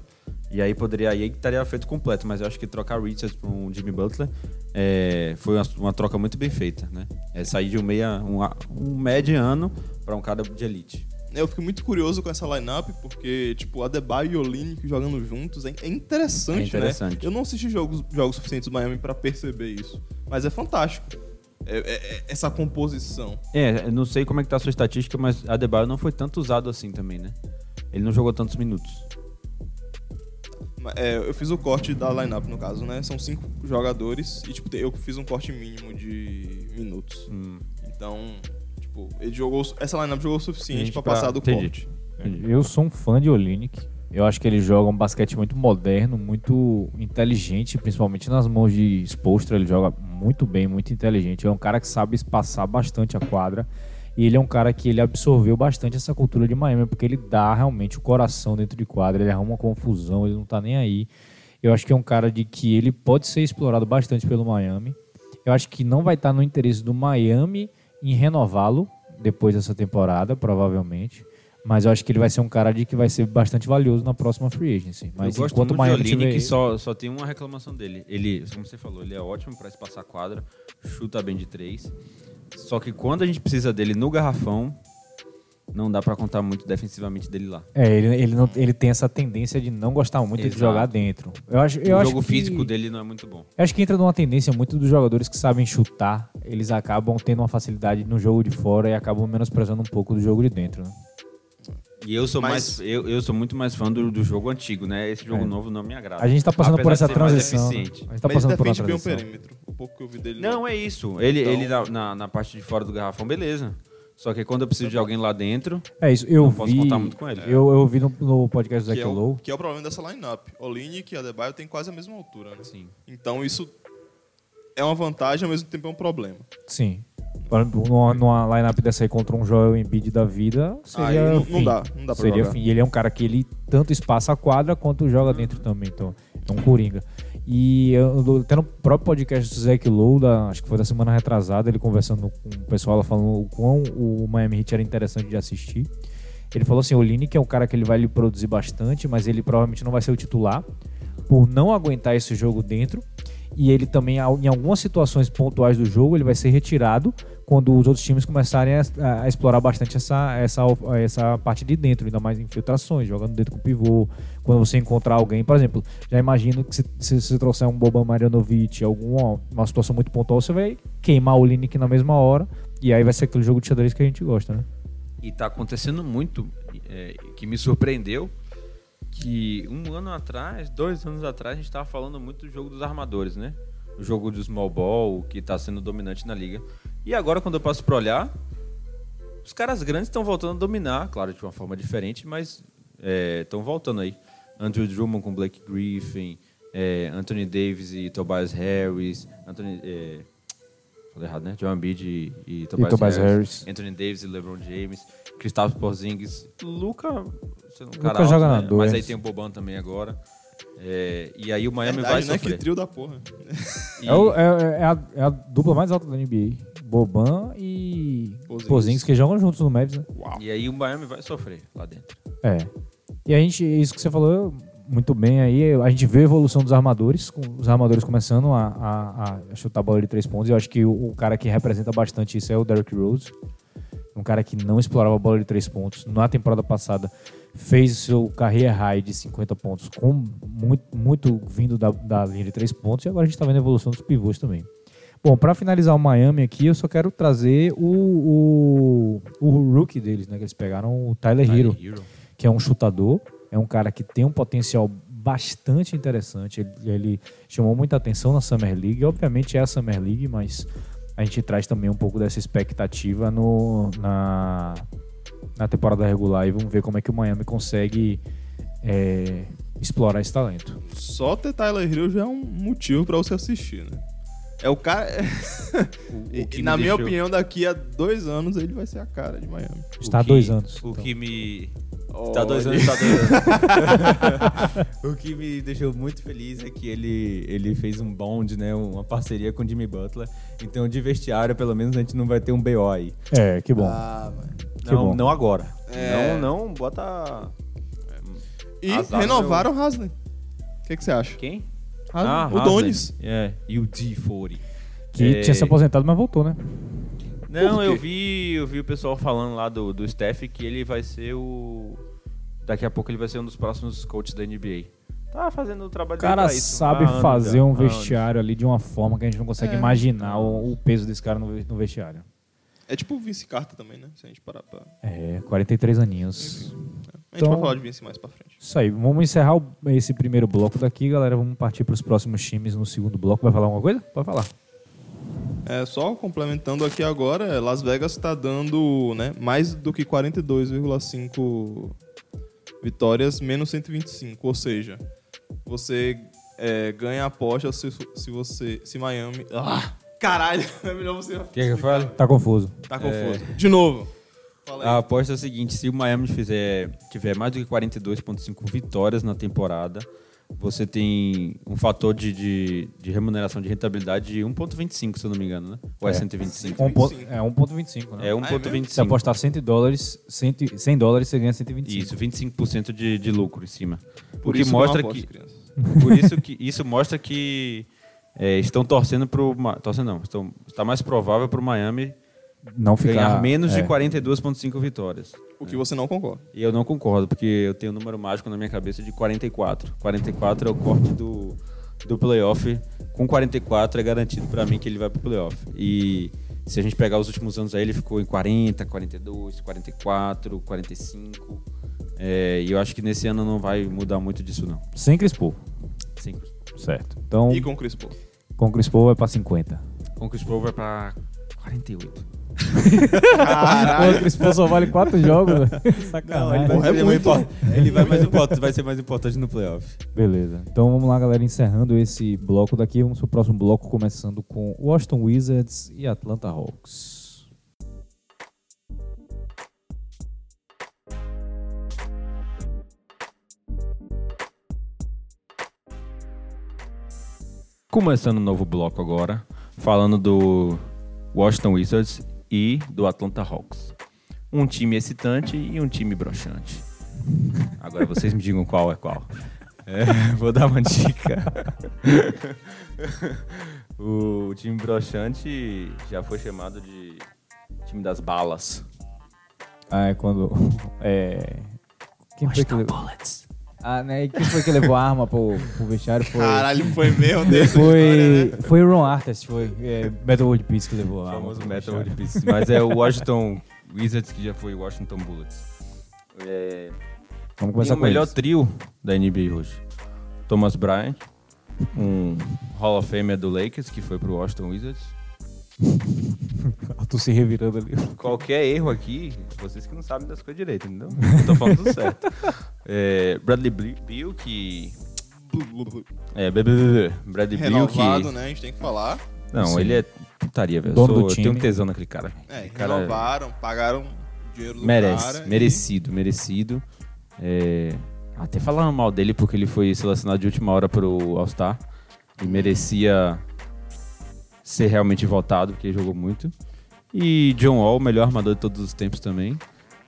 E: E aí poderia aí que estaria feito completo. Mas eu acho que trocar Richards por um Jimmy Butler é, foi uma, uma troca muito bem feita, né? É sair de um meia um, a- um mediano pra um cara de elite.
C: É, Eu fico muito curioso com essa lineup, porque, tipo, Adebayo e Olinick jogando juntos é é interessante,
E: É interessante.
C: né? Eu não assisti jogos, jogos suficientes do Miami pra perceber isso, mas é fantástico é- é- é essa composição.
E: É, eu não sei como é que tá a sua estatística, mas Adebayo não foi tanto usado assim também, né? Ele não jogou tantos minutos.
C: É, eu fiz o corte da lineup, no caso, né? São cinco jogadores e, tipo, eu fiz um corte mínimo de minutos.
E: Hum.
C: Então, tipo, ele jogou. Essa lineup jogou o suficiente
E: Gente,
C: pra
E: pra-
C: passar do
E: entendi.
C: corte.
A: Eu sou um fã de Olinick. Eu acho que ele joga um basquete muito moderno, muito inteligente, principalmente nas mãos de Spolstra. Ele joga muito bem, muito inteligente. Ele é um cara que sabe espaçar bastante a quadra. E ele é um cara que ele absorveu bastante essa cultura de Miami, porque ele dá realmente o coração dentro de quadra, ele arruma confusão, ele não tá nem aí. Eu acho que é um cara de que ele pode ser explorado bastante pelo Miami. Eu acho que não vai estar no interesse do Miami em renová-lo depois dessa temporada, provavelmente. Mas eu acho que ele vai ser um cara de que vai ser bastante valioso na próxima free agency. Mas
E: eu gosto
A: enquanto
E: muito
A: o Miami
E: de Olinick,
A: tiver...
E: que só, só tem uma reclamação dele. Ele, como você falou, ele é ótimo pra espaçar quadra, chuta bem de três. Só que quando a gente precisa dele no garrafão, não dá pra contar muito defensivamente dele lá.
A: É, ele, ele, não, ele tem essa tendência de não gostar muito de
E: Exato.
A: jogar dentro. Eu acho, eu
E: o
A: acho
E: jogo
A: que-
E: físico dele não é muito bom.
A: Eu acho que entra numa tendência muito dos jogadores que sabem chutar, eles acabam tendo uma facilidade no jogo de fora e acabam menosprezando um pouco do jogo de dentro, né?
E: E eu sou mais
C: Mas-
E: eu, eu sou muito mais fã do, do jogo antigo, né? Esse jogo novo não me agrada.
A: É. A gente tá passando por
E: Apesar de
A: essa
E: ser mais
A: transição. né?
E: eficiente.
A: A gente tá
C: mas ele
A: passando por uma
C: defende bem o
A: transição.
C: perímetro. O pouco que eu vi dele.
E: Não, é isso. Ele,
C: Então-
E: ele na, na, na parte de fora do garrafão, beleza. Só que quando eu preciso de alguém lá dentro,
A: É isso, eu
E: Não
A: vi.
E: posso contar muito com ele.
A: Eu, eu vi no, no podcast do
C: que
A: Zach
C: é, o,
A: Lowe.
C: que é o problema dessa lineup. Olinick e Adebayo têm quase a mesma altura, né?
E: Sim.
C: Então isso é uma vantagem, ao mesmo tempo é um problema.
A: Sim. Por exemplo, Numa, numa lineup dessa aí contra um Joel Embiid da vida, seria
C: Aí não- não
A: fim.
C: dá, não dá pra
A: Seria
C: jogar.
A: fim. E ele é um cara que ele tanto espaça a quadra quanto joga dentro também, então é um coringa. E eu- até no próprio podcast do Zach Lowe, da- acho que foi da semana retrasada, ele conversando com o pessoal, ela falando o quão o Miami Heat era interessante de assistir. Ele falou assim, o Lini que é um cara que ele vai lhe produzir bastante, mas ele provavelmente não vai ser o titular por não aguentar esse jogo dentro. E ele também, al- em algumas situações pontuais do jogo, ele vai ser retirado quando os outros times começarem a, a explorar bastante essa, essa, of- essa parte de dentro, ainda mais infiltrações, jogando dentro com o pivô. Quando você encontrar alguém, por exemplo, já imagino que se, se você trouxer um Boban Marjanovic, alguma uma situação muito pontual, você vai queimar o Linick na mesma hora. E aí vai ser aquele jogo de xadrez que a gente gosta, né?
E: E tá acontecendo muito, é, que me surpreendeu, que um ano atrás, dois anos atrás, a gente tava falando muito do jogo dos armadores, né? O jogo do small ball, que tá sendo dominante na liga. E agora, quando eu passo pra olhar, os caras grandes estão voltando a dominar, claro, de uma é, forma diferente, mas estão voltando aí. Andrew Drummond com Blake Griffin, é, Anthony Davis e Tobias Harris, Anthony, é, falei errado, né? Joel Embiid e, e Tobias,
A: Tobias
E: Harris,
A: Harris.
E: Anthony Davis e LeBron James, Kristaps Porzingis, Luca, você não
A: Luka joga na dois.
E: né? mas aí tem o Boban também agora. É, e aí o Miami
C: Verdade,
E: vai
C: né?
E: sofrer.
C: Que trio da porra.
E: E-
A: É, o- é- é a, é a dupla mais alta da NBA. Boban e
C: Porzingis.
A: Porzingis, que jogam juntos no Mavs, né?
E: E aí o Miami vai sofrer lá dentro.
A: É. E a gente, isso que você falou muito bem aí, a gente vê a evolução dos armadores, com os armadores começando a, a- a chutar a bola de três pontos. Eu acho que o, o cara que representa bastante isso é o Derrick Rose. Um cara que não explorava a bola de três pontos. Na temporada passada, fez o seu carreira high de 50 pontos, com muito, muito vindo da, da linha de três pontos. E agora a gente está vendo a evolução dos pivôs também. Bom, para finalizar o Miami aqui, eu só quero trazer o, o, o rookie deles, né? Que eles pegaram o Tyler Hero que é um chutador, é um cara que tem um potencial bastante interessante. Ele, ele chamou muita atenção na Summer League, obviamente é a Summer League, mas a gente traz também um pouco dessa expectativa no, na, na temporada regular e vamos ver como é que o Miami consegue é, explorar esse talento.
C: Só ter Tyler Hill já é um motivo pra você assistir, né? É o cara.
B: O- o que
C: E,
B: me
C: na minha
B: deixou-
C: opinião, daqui a dois anos ele vai ser a cara de Miami.
A: Está há
B: O que-
A: dois anos.
B: O
A: então.
B: que me.
C: Olha.
B: Tá dois anos, tá dois anos. o que me deixou muito feliz é que ele, ele fez um bond, né? Uma parceria com o Jimmy Butler. Então, de vestiário, pelo menos a gente não vai ter um BO aí.
A: É, que bom.
C: Ah, mano.
A: Que
B: Não,
A: bom.
B: não agora.
C: É.
B: Não, não, bota.
E: É,
C: E
E: né,
B: Azar,
C: renovaram o Haslem. O que que você acha?
B: Quem?
C: Haslem? o
B: Haslem.
C: Donis.
B: É, e o D40.
A: Ah, que
B: é-
A: tinha se aposentado, mas voltou, né?
B: Não,
C: Por
B: eu
C: quê?
B: vi, eu vi o pessoal falando lá do, do Steph que ele vai ser o. Daqui a pouco ele vai ser um dos próximos coaches da NBA. Tá fazendo o trabalho
A: O
B: dele
A: cara
B: pra isso, Ah,
A: sabe
B: há anos
A: fazer
B: já,
A: um
B: há anos.
A: vestiário ali de uma forma que a gente não consegue
C: É.
A: imaginar o, o peso desse cara no ve- no vestiário.
C: É tipo o Vince Carter também, né? Se a gente parar pra.
A: É, 43 aninhos.
C: A gente
A: Então-
C: vai falar de Vince mais pra frente.
A: Isso aí. Vamos encerrar o- esse primeiro bloco daqui, galera. Vamos partir para os próximos times no segundo bloco. Vai falar alguma coisa? Pode falar.
C: É, só complementando aqui agora, é, Las Vegas tá dando né, mais do que 42,5 vitórias, menos 125. Ou seja, você é, ganha a aposta se, se você. Se Miami. Ah, caralho! É melhor você.
E: O que é que eu falo?
A: Tá confuso.
C: Tá confuso. De novo. Fala aí.
E: A aposta é a seguinte: se o Miami fizer, tiver mais do que 42,5 vitórias na temporada, você tem um fator de, de, de remuneração de rentabilidade de 1,25, se eu não me engano, né? Ou é,
A: É.
E: 125?
A: Um ponto, é 1,25, né?
E: É
B: Ah,
A: Se
E: 1,25.
A: apostar 100 dólares, 100, 100 dólares você ganha 125.
E: Isso, 25% de, de lucro em cima.
C: Por
E: o que
C: isso eu
E: mostra
C: não aposto,
E: que,
C: crianças.
E: por isso que isso mostra que é, estão torcendo para o torcendo não, estão, está mais provável para o Miami
A: Não ficar.
E: ganhar menos
A: é.
E: de 42,5 vitórias.
C: O que você não concorda.
E: E eu não concordo, porque eu tenho um número mágico na minha cabeça de 44. 44 é o corte do, do playoff. Com 44 é garantido pra mim que ele vai pro playoff. E se a gente pegar os últimos anos aí, ele ficou em 40, 42, 44, 45. É, e eu acho que nesse ano não vai mudar muito disso, não.
A: Sem Crispo.
E: Sim.
A: Certo. Então,
C: E com o Chris Paul.
A: com é Crispo vai para 50.
E: Com o Chris Paul vai pra 48.
A: O Crispo só vale 4 jogos. né? Sacanagem.
C: vai-
E: É
C: ser muito-
E: ele vai, mais importante, vai ser mais importante no playoff.
A: Beleza. Então vamos lá, galera. Encerrando esse bloco daqui, vamos pro próximo bloco, começando com Washington Wizards e Atlanta Hawks.
E: Começando um novo bloco agora, falando do Washington Wizards e do Atlanta Hawks. Um time excitante e um time broxante. Agora vocês me digam qual é qual. É, vou dar uma dica. o time broxante já foi chamado de time das balas.
A: Ah, é quando. É. Quem foi que levou? Ah, né? E Quem foi que levou a arma pro, pro vestiário? Foi.
C: Caralho, foi mesmo desse. né?
A: Foi,
E: né?
A: foi o Ron Artest, foi é, Metal World Peace que levou a
E: O
A: arma.
E: famoso
A: pro
E: Metal
A: vestiário.
E: Orifício. Mas é o Washington Wizards que já foi Washington Bullets. É,
A: Vamos
E: Tem
A: começar
E: o
A: com
E: melhor
A: eles.
E: trio da NBA hoje. Thomas Bryant, um Hall of Famer do Lakers, que foi pro Washington Wizards.
A: Tu se revirando ali.
E: Qualquer erro aqui, vocês que não sabem das coisas direito, entendeu? Eu tô falando tudo certo. É, Bradley Bri- Beal, que É, bê, bê, bê, bê. Bradley Bill que...
C: renovado, né? A gente tem que falar.
E: Não,
A: Sim.
E: ele é putaria, velho. Eu,
A: Dono do
E: sou- eu
A: time.
E: tenho um tesão naquele cara.
C: É,
E: Cara-
C: renovaram, pagaram o dinheiro do
E: Merece,
C: cara. e-
E: merecido, merecido. É, até falaram mal dele porque ele foi selecionado de última hora pro All-Star e merecia ser realmente votado, porque ele jogou muito. E John Wall, o melhor armador de todos os tempos também.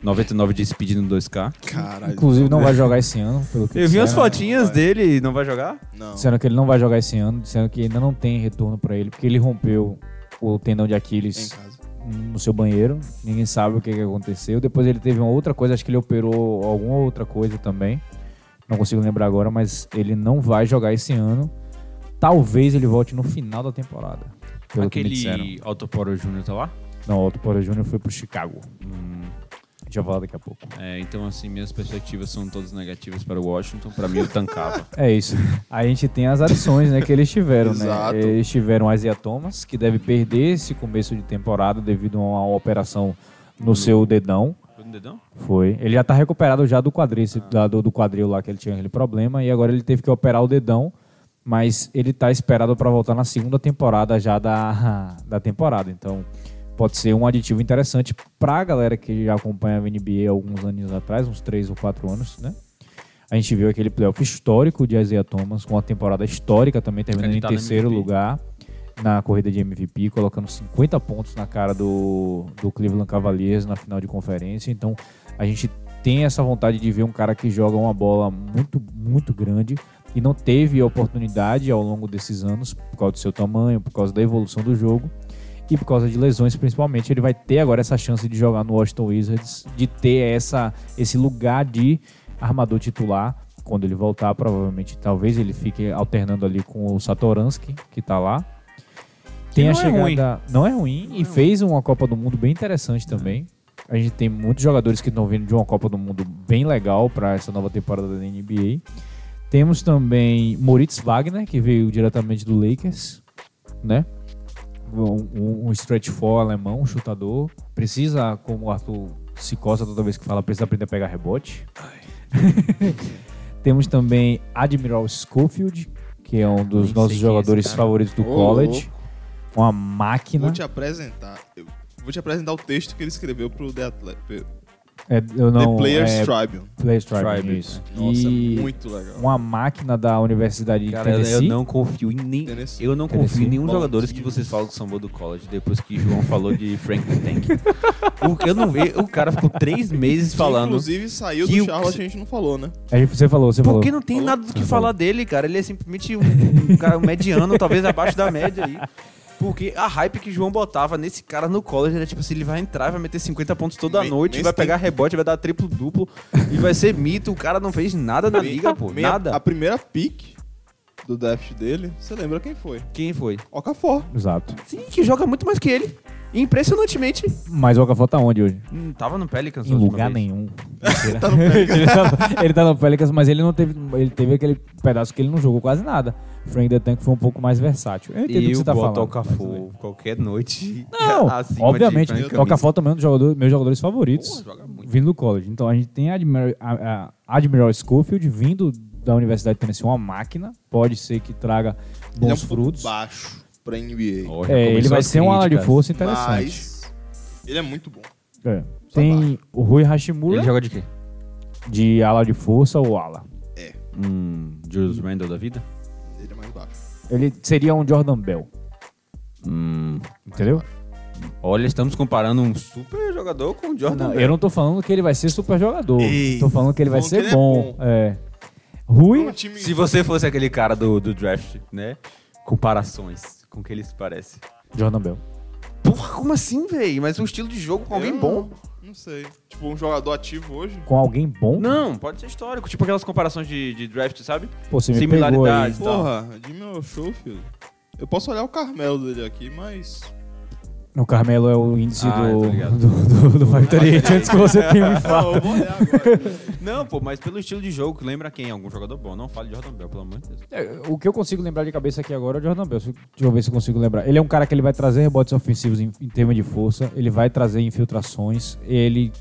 E: 99 de speed no 2K.
C: Caralho.
A: Inclusive, não vai jogar esse ano, pelo que
E: Eu vi umas
A: disseram.
E: fotinhas dele, não vai jogar?
C: Não.
A: Disseram que ele não vai jogar esse ano, disseram que ainda não tem retorno pra ele, porque ele rompeu o tendão de
C: Em
A: Aquiles
C: casa.
A: no seu banheiro. Ninguém sabe o que, que aconteceu. Depois ele teve uma outra coisa, acho que ele operou alguma outra coisa também. Não consigo lembrar agora, mas ele não vai jogar esse ano. Talvez ele volte no final da temporada. Pelo que me disseram.
E: Aquele Autoporo Jr. tá lá?
A: Não, o Otto Porter Jr. foi pro Chicago. Hum, A gente vai falar daqui a pouco.
E: É, então, assim, minhas perspectivas são todas negativas para o Washington. Pra mim, eu tancava.
A: É isso. A gente tem as adições né, que eles tiveram, né?
C: Exato.
A: Eles tiveram o Isaiah Thomas, que deve perder esse começo de temporada devido a uma operação no seu dedão.
E: Foi no dedão?
A: Foi. Ele já tá recuperado já do quadríceps, da- do, do quadril lá que ele tinha aquele problema, e agora ele teve que operar o dedão, mas ele tá esperado para voltar na segunda temporada já da, da temporada. Então, pode ser um aditivo interessante pra galera que já acompanhava a NBA há alguns anos atrás, uns três ou quatro anos, né? A gente viu aquele playoff histórico de Isaiah Thomas, com uma temporada histórica também, terminando em
E: Candidato a
A: terceiro
E: MVP.
A: lugar na corrida de MVP, colocando 50 pontos na cara do, do Cleveland Cavaliers na final de conferência. Então, a gente tem essa vontade de ver um cara que joga uma bola muito, muito grande e não teve oportunidade ao longo desses anos, por causa do seu tamanho, por causa da evolução do jogo e por causa de lesões principalmente, ele vai ter agora essa chance de jogar no Washington Wizards, de ter essa, esse lugar de armador titular quando ele voltar, provavelmente, talvez ele fique alternando ali com o Satoransky, que tá lá. Tem
E: não
A: a
E: é ruim.
A: chegada, não é ruim e fez uma Copa do Mundo bem interessante também. A gente tem muitos jogadores que estão vindo de uma Copa do Mundo bem legal para essa nova temporada da NBA. Temos também Moritz Wagner, que veio diretamente do Lakers, né? Um, um- um stretch four alemão, um chutador. Precisa, como o Arthur se coça toda vez que fala, precisa aprender a pegar rebote. Temos também Admiral Schofield, que é um dos
E: sei
A: nossos
E: quem é
A: jogadores
E: esse cara.
A: favoritos do
C: Ô,
A: college. Uma
C: Vou
E: né?
A: máquina.
C: te apresentar. Eu vou te apresentar o texto que ele escreveu pro The, Atlet...
A: É, eu não,
C: The Players
A: é,
C: Tribune.
A: Players Tribe,
E: Tribe,
A: isso.
C: Nossa,
A: e
C: muito legal.
A: uma máquina da Universidade de
E: Cara, eu-
A: Tennessee.
E: eu não confio em nem.
C: Tennessee.
E: Eu não
A: Tennessee.
E: confio em nenhum
C: Bom,
E: dos jogadores que
C: Tennessee.
E: vocês falam que são boa do college depois que João falou de Franklin Tank. O, eu não vi, o cara ficou três meses falando.
C: Inclusive, saiu
E: que
C: do
E: o-
C: Charlotte, a gente não falou, né?
A: É, Você falou, você falou. Uhum.
E: Porque não tem nada do que falar dele, cara. Ele é simplesmente um, um cara mediano, talvez abaixo da média aí. Porque a hype que João botava nesse cara no college era tipo assim: ele vai entrar, vai meter 50 pontos toda
C: Nem-
E: noite,
C: nem
E: vai
C: se tem-
E: pegar rebote, vai dar triplo duplo e vai ser mito. O cara não fez nada na
C: Me-
E: liga, pô.
C: meia- A
E: Nada.
C: primeira pick do draft dele, você lembra quem foi?
E: Quem foi?
C: Okafor.
A: Exato.
E: Sim, que joga muito mais que ele. Impressionantemente.
A: Mas o Okafor tá onde hoje?
E: Hum, tava no Pelicans.
A: Em
E: a última
A: lugar
E: vez.
A: nenhum. Mentira. ele, tá, ele tá no Pelicans, mas ele não teve. Ele teve aquele pedaço que ele não jogou quase nada. Frank The Tank foi um pouco mais versátil. Eu entendo o que
E: Eu
A: você tá
E: boto
A: falando. mas tudo bem.
E: Okafor qualquer noite.
A: Não,
E: Acima
A: obviamente.
E: de Frank
A: O Okafor
E: Kaminsky.
A: também é um dos jogadores, meus jogadores favoritos.
E: Porra, joga muito.
A: vindo do college. Então a gente tem Admiral, a- a- Admiral Schofield vindo da Universidade de Tennessee, uma máquina. Pode ser que traga
C: Ele é um
A: bons
C: pouco
A: frutos.
C: baixo pra NBA.
E: Ó, já
A: É, ele
E: começou
A: vai
E: as
A: ser um ala de
E: críticas.
A: força interessante.
C: Mas ele é muito bom.
A: É. Tem o Rui Hashimura
E: Ele joga de quê?
A: de ala de força ou ala.
E: Hum, Julius Randle da vida?
C: Ele é mais baixo.
A: Ele seria um Jordan Bell,
E: Hum.
A: entendeu?
E: Olha, estamos comparando um super jogador com o Jordan.
A: Não,
E: Bell.
A: eu não tô falando que ele vai ser super jogador.
C: Ei,
A: tô falando que ele vai
C: falando que
A: ser
C: ele é
A: bom.
C: bom.
A: É. Rui,
C: Um time
E: Se você fosse aquele cara do, do draft, né? Comparações com que ele se parece.
A: Jordan Bell.
E: Porra, como assim, velho? Mas um estilo de jogo com alguém
C: Eu
E: bom.
C: Não sei. Tipo, um jogador ativo hoje.
A: Com alguém bom,
E: Não, pode ser histórico. Tipo aquelas comparações de, de draft, sabe?
A: pô, você me pegou aí.
E: Similaridades. Tá.
C: Porra, de meu show, filho. Eu posso olhar o Carmelo dele aqui, mas.
A: O Carmelo é o índice
E: Ah,
A: do,
E: tá ligado.
A: do, do, do Factory Eight, antes que você tenha me
C: Não, eu
A: falado.
C: vou olhar agora.
E: Não, pô, mas pelo estilo de jogo, lembra quem? Algum jogador bom. Não fale de Jordan Bell, pelo amor de Deus.
A: É, O que eu consigo lembrar de cabeça aqui agora é o Jordan Bell. Se- Deixa eu ver se eu consigo lembrar. Ele é um cara que ele vai trazer rebotes ofensivos em, em termos de força, ele vai trazer infiltrações, ele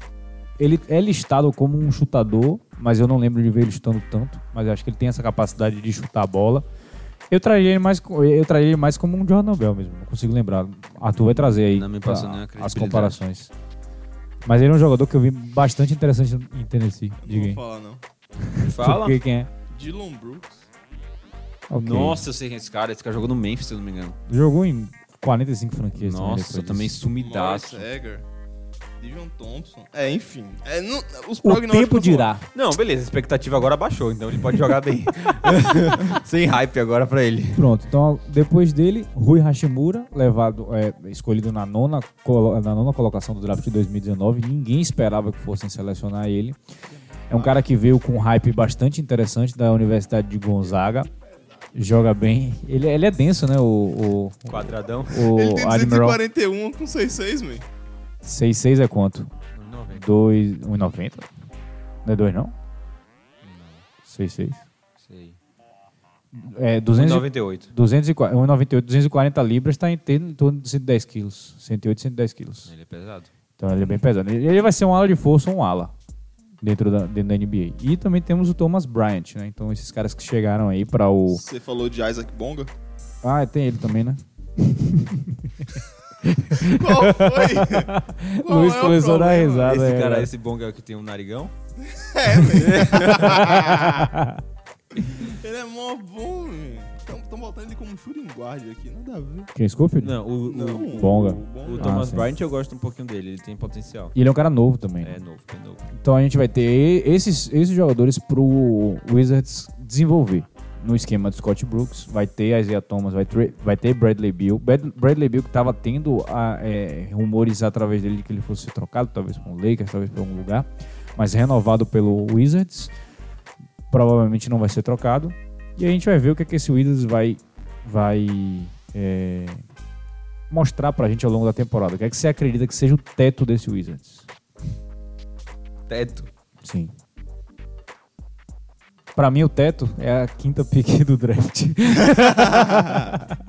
A: ele é listado como um chutador, mas eu não lembro de ver ele chutando tanto. Mas eu acho que ele tem essa capacidade de chutar a bola. Eu traria ele mais, co- eu traria ele mais como um Jordan Bell mesmo. Não consigo lembrar. Arthur vai trazer aí
E: Não me passa
A: pra-
E: nenhuma
A: as
E: credibilidade.
A: comparações. Mas ele é um jogador que eu vi bastante interessante em Tennessee. Diga
C: Não
A: aí.
C: vou falar, não.
E: Fala.
A: Sabe Quem é?
C: Dylan Brooks.
A: Ok.
E: Nossa, eu sei quem é esse cara. Esse cara jogou no Memphis, se eu não me engano.
A: Jogou em 45 franquias. né,
E: Nossa,
A: depois
E: também
A: disso.
E: sumidaço.
C: Morris Egger. Divion Thompson. É, enfim. É, não- os
A: O
C: prognósticos
A: tempo
C: não
A: dirá.
E: Não, beleza, a expectativa agora baixou, então ele pode jogar bem. Sem hype agora pra ele.
A: Pronto, então depois dele, Rui Hashimura, levado, é, escolhido na nona, colo- na nona colocação do draft de 2019. Ninguém esperava que fossem selecionar ele. É um cara que veio com um hype bastante interessante da Universidade de Gonzaga. Joga bem. Ele, ele é denso, né? O,
E: Quadradão.
A: o, o
C: Ele tem
A: Admiral.
C: 241 com 66, man.
A: 6'6 é quanto? 2. 1,90? Não é 2, não? 6'6.
E: Sei.
A: É, 200, e- um
E: 98.
A: 240, 1,98, 240 libras está em, torno- em torno de 110 quilos. 108, 110 quilos.
E: Ele é pesado.
A: Então ele é bem pesado. Ele ele vai ser um ala de força ou um ala dentro da, dentro da NBA. E também temos o Thomas Bryant, né? Então esses caras que chegaram aí para o...
C: Você falou de Isaac Bonga?
A: Ah, tem ele também, né?
C: Qual foi? Qual
A: Luiz
C: é o
A: começou a dar
C: problema? É,
A: risada.
E: esse
A: é,
E: cara,
A: é.
E: esse bom é o que tem um narigão?
C: Ele é mó bom, man. Estão botando ele como um shooting guard aqui, nada a ver.
A: Quem é Schofield?
E: Não, o, o,
C: Não,
A: Bonga.
C: o
E: o
A: Ah,
E: Thomas
A: sim.
E: Bryant eu gosto um pouquinho dele, ele tem potencial.
A: E ele é um cara novo também. né?
E: É novo, é novo.
A: Então a gente vai ter e- esses, esses jogadores pro Wizards desenvolver. No esquema de Scott Brooks, vai ter Isaiah Thomas, vai, tre- vai ter Bradley Bill. Brad- Bradley Bill que tava tendo ah, é, rumores através dele de que ele fosse ser trocado, talvez para um Lakers, talvez para algum lugar, mas renovado pelo Wizards. Provavelmente não vai ser trocado. E a gente vai ver o que, é que esse Wizards vai, vai é, mostrar pra gente ao longo da temporada. O que é que você acredita que seja o teto desse Wizards?
E: Teto.
A: Sim. Pra mim, o teto é a quinta pick do draft.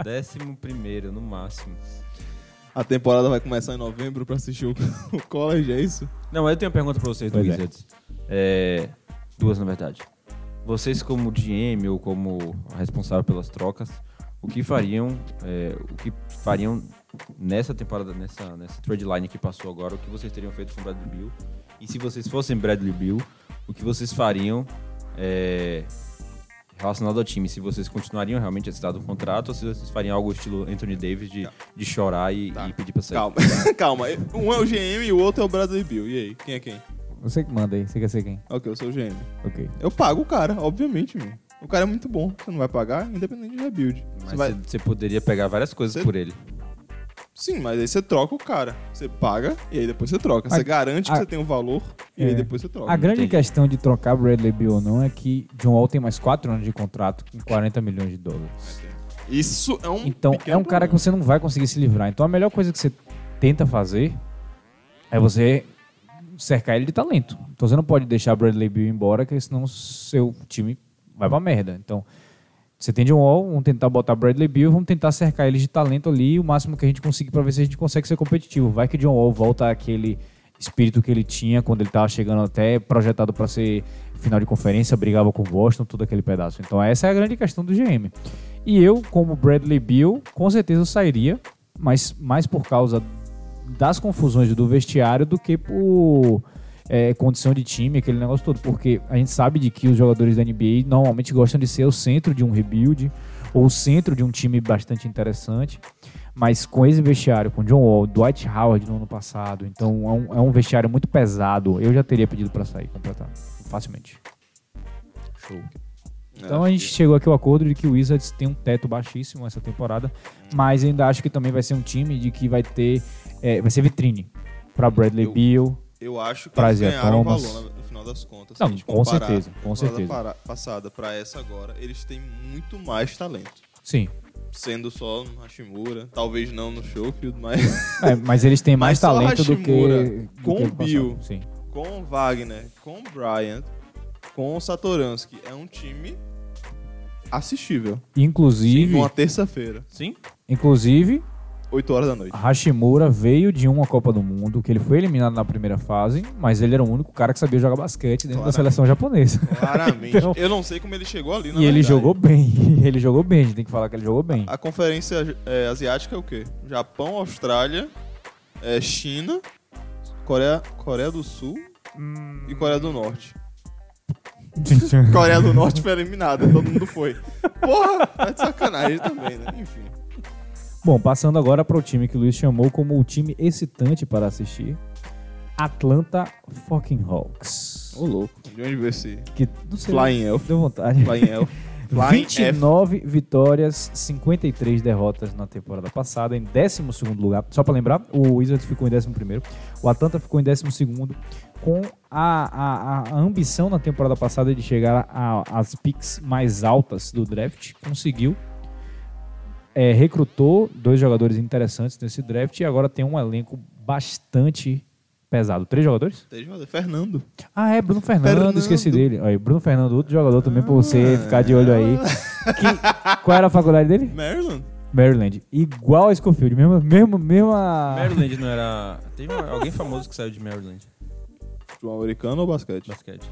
E: Décimo primeiro, no máximo.
C: A temporada vai começar em novembro pra assistir o, o college, é isso?
E: Não, mas eu tenho uma pergunta pra vocês do
A: Pois é.
E: Wizards. É, duas, na verdade. Vocês, como GM ou como responsável pelas trocas, o que fariam, é, o que fariam nessa temporada, nessa, nessa trade line que passou agora, o que vocês teriam feito com o Bradley Bill? E se vocês fossem Bradley Bill, o que vocês fariam é, relacionado ao time? Se vocês continuariam realmente assinado um contrato ou se vocês fariam algo estilo Anthony Davis de, de chorar e,
C: Tá.
E: e pedir pra sair?
C: Calma, calma. Um é o GM e o outro é o Bradley Bill. E aí, quem é quem?
A: Você que manda aí, você quer ser quem?
C: Ok, eu sou o GM.
A: Ok.
C: Eu pago o cara, obviamente, meu. O cara é muito bom. Você não vai pagar, independente de rebuild.
E: Mas
C: Você vai-
E: você- você poderia pegar várias coisas
C: Você-
E: por ele.
C: Sim, mas aí você troca o cara. Você paga e aí depois você troca.
A: A-
C: Você garante
A: a-
C: que você tem o valor e
A: É.
C: aí depois você troca.
A: A grande
E: entendi.
A: questão de trocar Bradley Bill ou não é que John Wall tem mais 4 anos de contrato com 40 milhões de dólares.
C: Isso é um.
A: Então, é
C: pequeno
A: um cara que você não vai conseguir se livrar. Então, a melhor coisa que você tenta fazer é você cercar ele de talento. Então, você não pode deixar Bradley Bill embora, que senão seu time vai pra merda. Então, você tem John Wall, vamos tentar botar Bradley Bill, vamos tentar cercar eles de talento ali, o máximo que a gente conseguir pra ver se a gente consegue ser competitivo. Vai que John Wall volta àquele espírito que ele tinha quando ele tava chegando até projetado pra ser final de conferência, brigava com o Boston, tudo aquele pedaço. Então essa é a grande questão do GM. E eu, como Bradley Bill, com certeza eu sairia, mas mais por causa das confusões do vestiário do que por é, condição de time, aquele negócio todo. Porque a gente sabe de que os jogadores da NBA normalmente gostam de ser o centro de um rebuild ou o centro de um time bastante interessante. Mas com esse vestiário, com John Wall, Dwight Howard no ano passado, então é um, é um vestiário muito pesado. Eu já teria pedido pra sair completar facilmente.
E: Show.
C: problema.
A: Então a gente chegou aqui ao acordo de que o Wizards tem um teto baixíssimo essa temporada, mas ainda acho que também vai ser um time de que vai ter, é, vai ser vitrine pra Bradley
C: Eu-
A: Bill.
C: Eu acho que
A: Prazer,
C: eles ganharam
A: Thomas.
C: valor na- no final das contas.
A: Não,
C: se a gente
A: com
C: comparar
A: certeza, com
C: a temporada
A: certeza.
C: para- passada pra essa agora, eles têm muito mais talento.
A: Sim.
C: Sendo só no Hashimura, talvez não no Showfield, mas
A: É, mas eles têm mais
C: Mas só
A: talento do que.
C: Hashimura
A: do
C: com
A: que
C: o Bill.
A: passado. Sim.
C: com o Wagner, com o Bryant, com o Satoransky, é um time assistível.
A: Inclusive,
C: Numa terça-feira.
E: Sim?
A: inclusive,
C: 8 horas da noite.
A: Hashimura veio de uma Copa do Mundo, que ele foi eliminado na primeira fase, mas ele era o único cara que sabia jogar basquete dentro da
C: Claramente.
A: seleção japonesa.
C: Claramente.
A: Então-
C: Eu não sei como ele chegou ali, na
A: e ele
C: verdade.
A: jogou bem. Ele jogou bem, a gente tem que falar que ele jogou bem.
C: A conferência é, asiática é o quê? Japão, Austrália, é, China, Coreia, Coreia do Sul e Coreia do Norte. Coreia do Norte foi eliminada, todo mundo foi. Porra, tá de sacanagem também, né? Enfim.
A: Bom, passando agora para o time que o Luiz chamou como o time excitante para assistir. Atlanta fucking Hawks.
C: Ô louco. De onde veio esse
A: Que, não sei,
C: Flying Elf?
A: deu vontade.
C: Flying Elf. Flying F.
A: 29 vitórias, 53 derrotas na temporada passada, em 12 lugar. Só pra lembrar, o Wizards ficou em 11, o Atlanta ficou em 12, com a, a, a ambição na temporada passada de chegar a- às picks mais altas do draft. Conseguiu. É, recrutou dois jogadores interessantes nesse draft e agora tem um elenco bastante pesado. Três jogadores?
C: Tem jogador, Tá Fernando.
A: Ah, é, Bruno Fernando,
C: Fernando. Ah.
A: esqueci dele. Aí, Bruno Fernando, outro jogador também pra você ficar de olho aí. Que- qual era a faculdade dele?
C: Maryland.
A: Maryland. Igual a Schofield, mesmo, mesmo, mesma...
E: Maryland não era. Teve uma- alguém famoso que saiu de Maryland,
C: Futebol americano ou basquete?
E: basquete.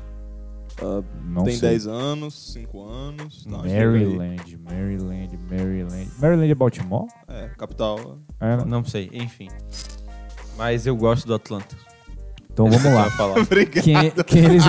C: Ah,
A: Não
C: tem
A: sei.
C: 10 anos, 5 anos. Não, acho que é
A: Maryland, Maryland, Maryland. Maryland é Baltimore?
C: por aí. É, capital.
A: É, né?
E: Não sei, enfim. Mas eu gosto do Atlanta.
A: Então vamos lá.
C: Obrigado.
A: Quem, quem eles...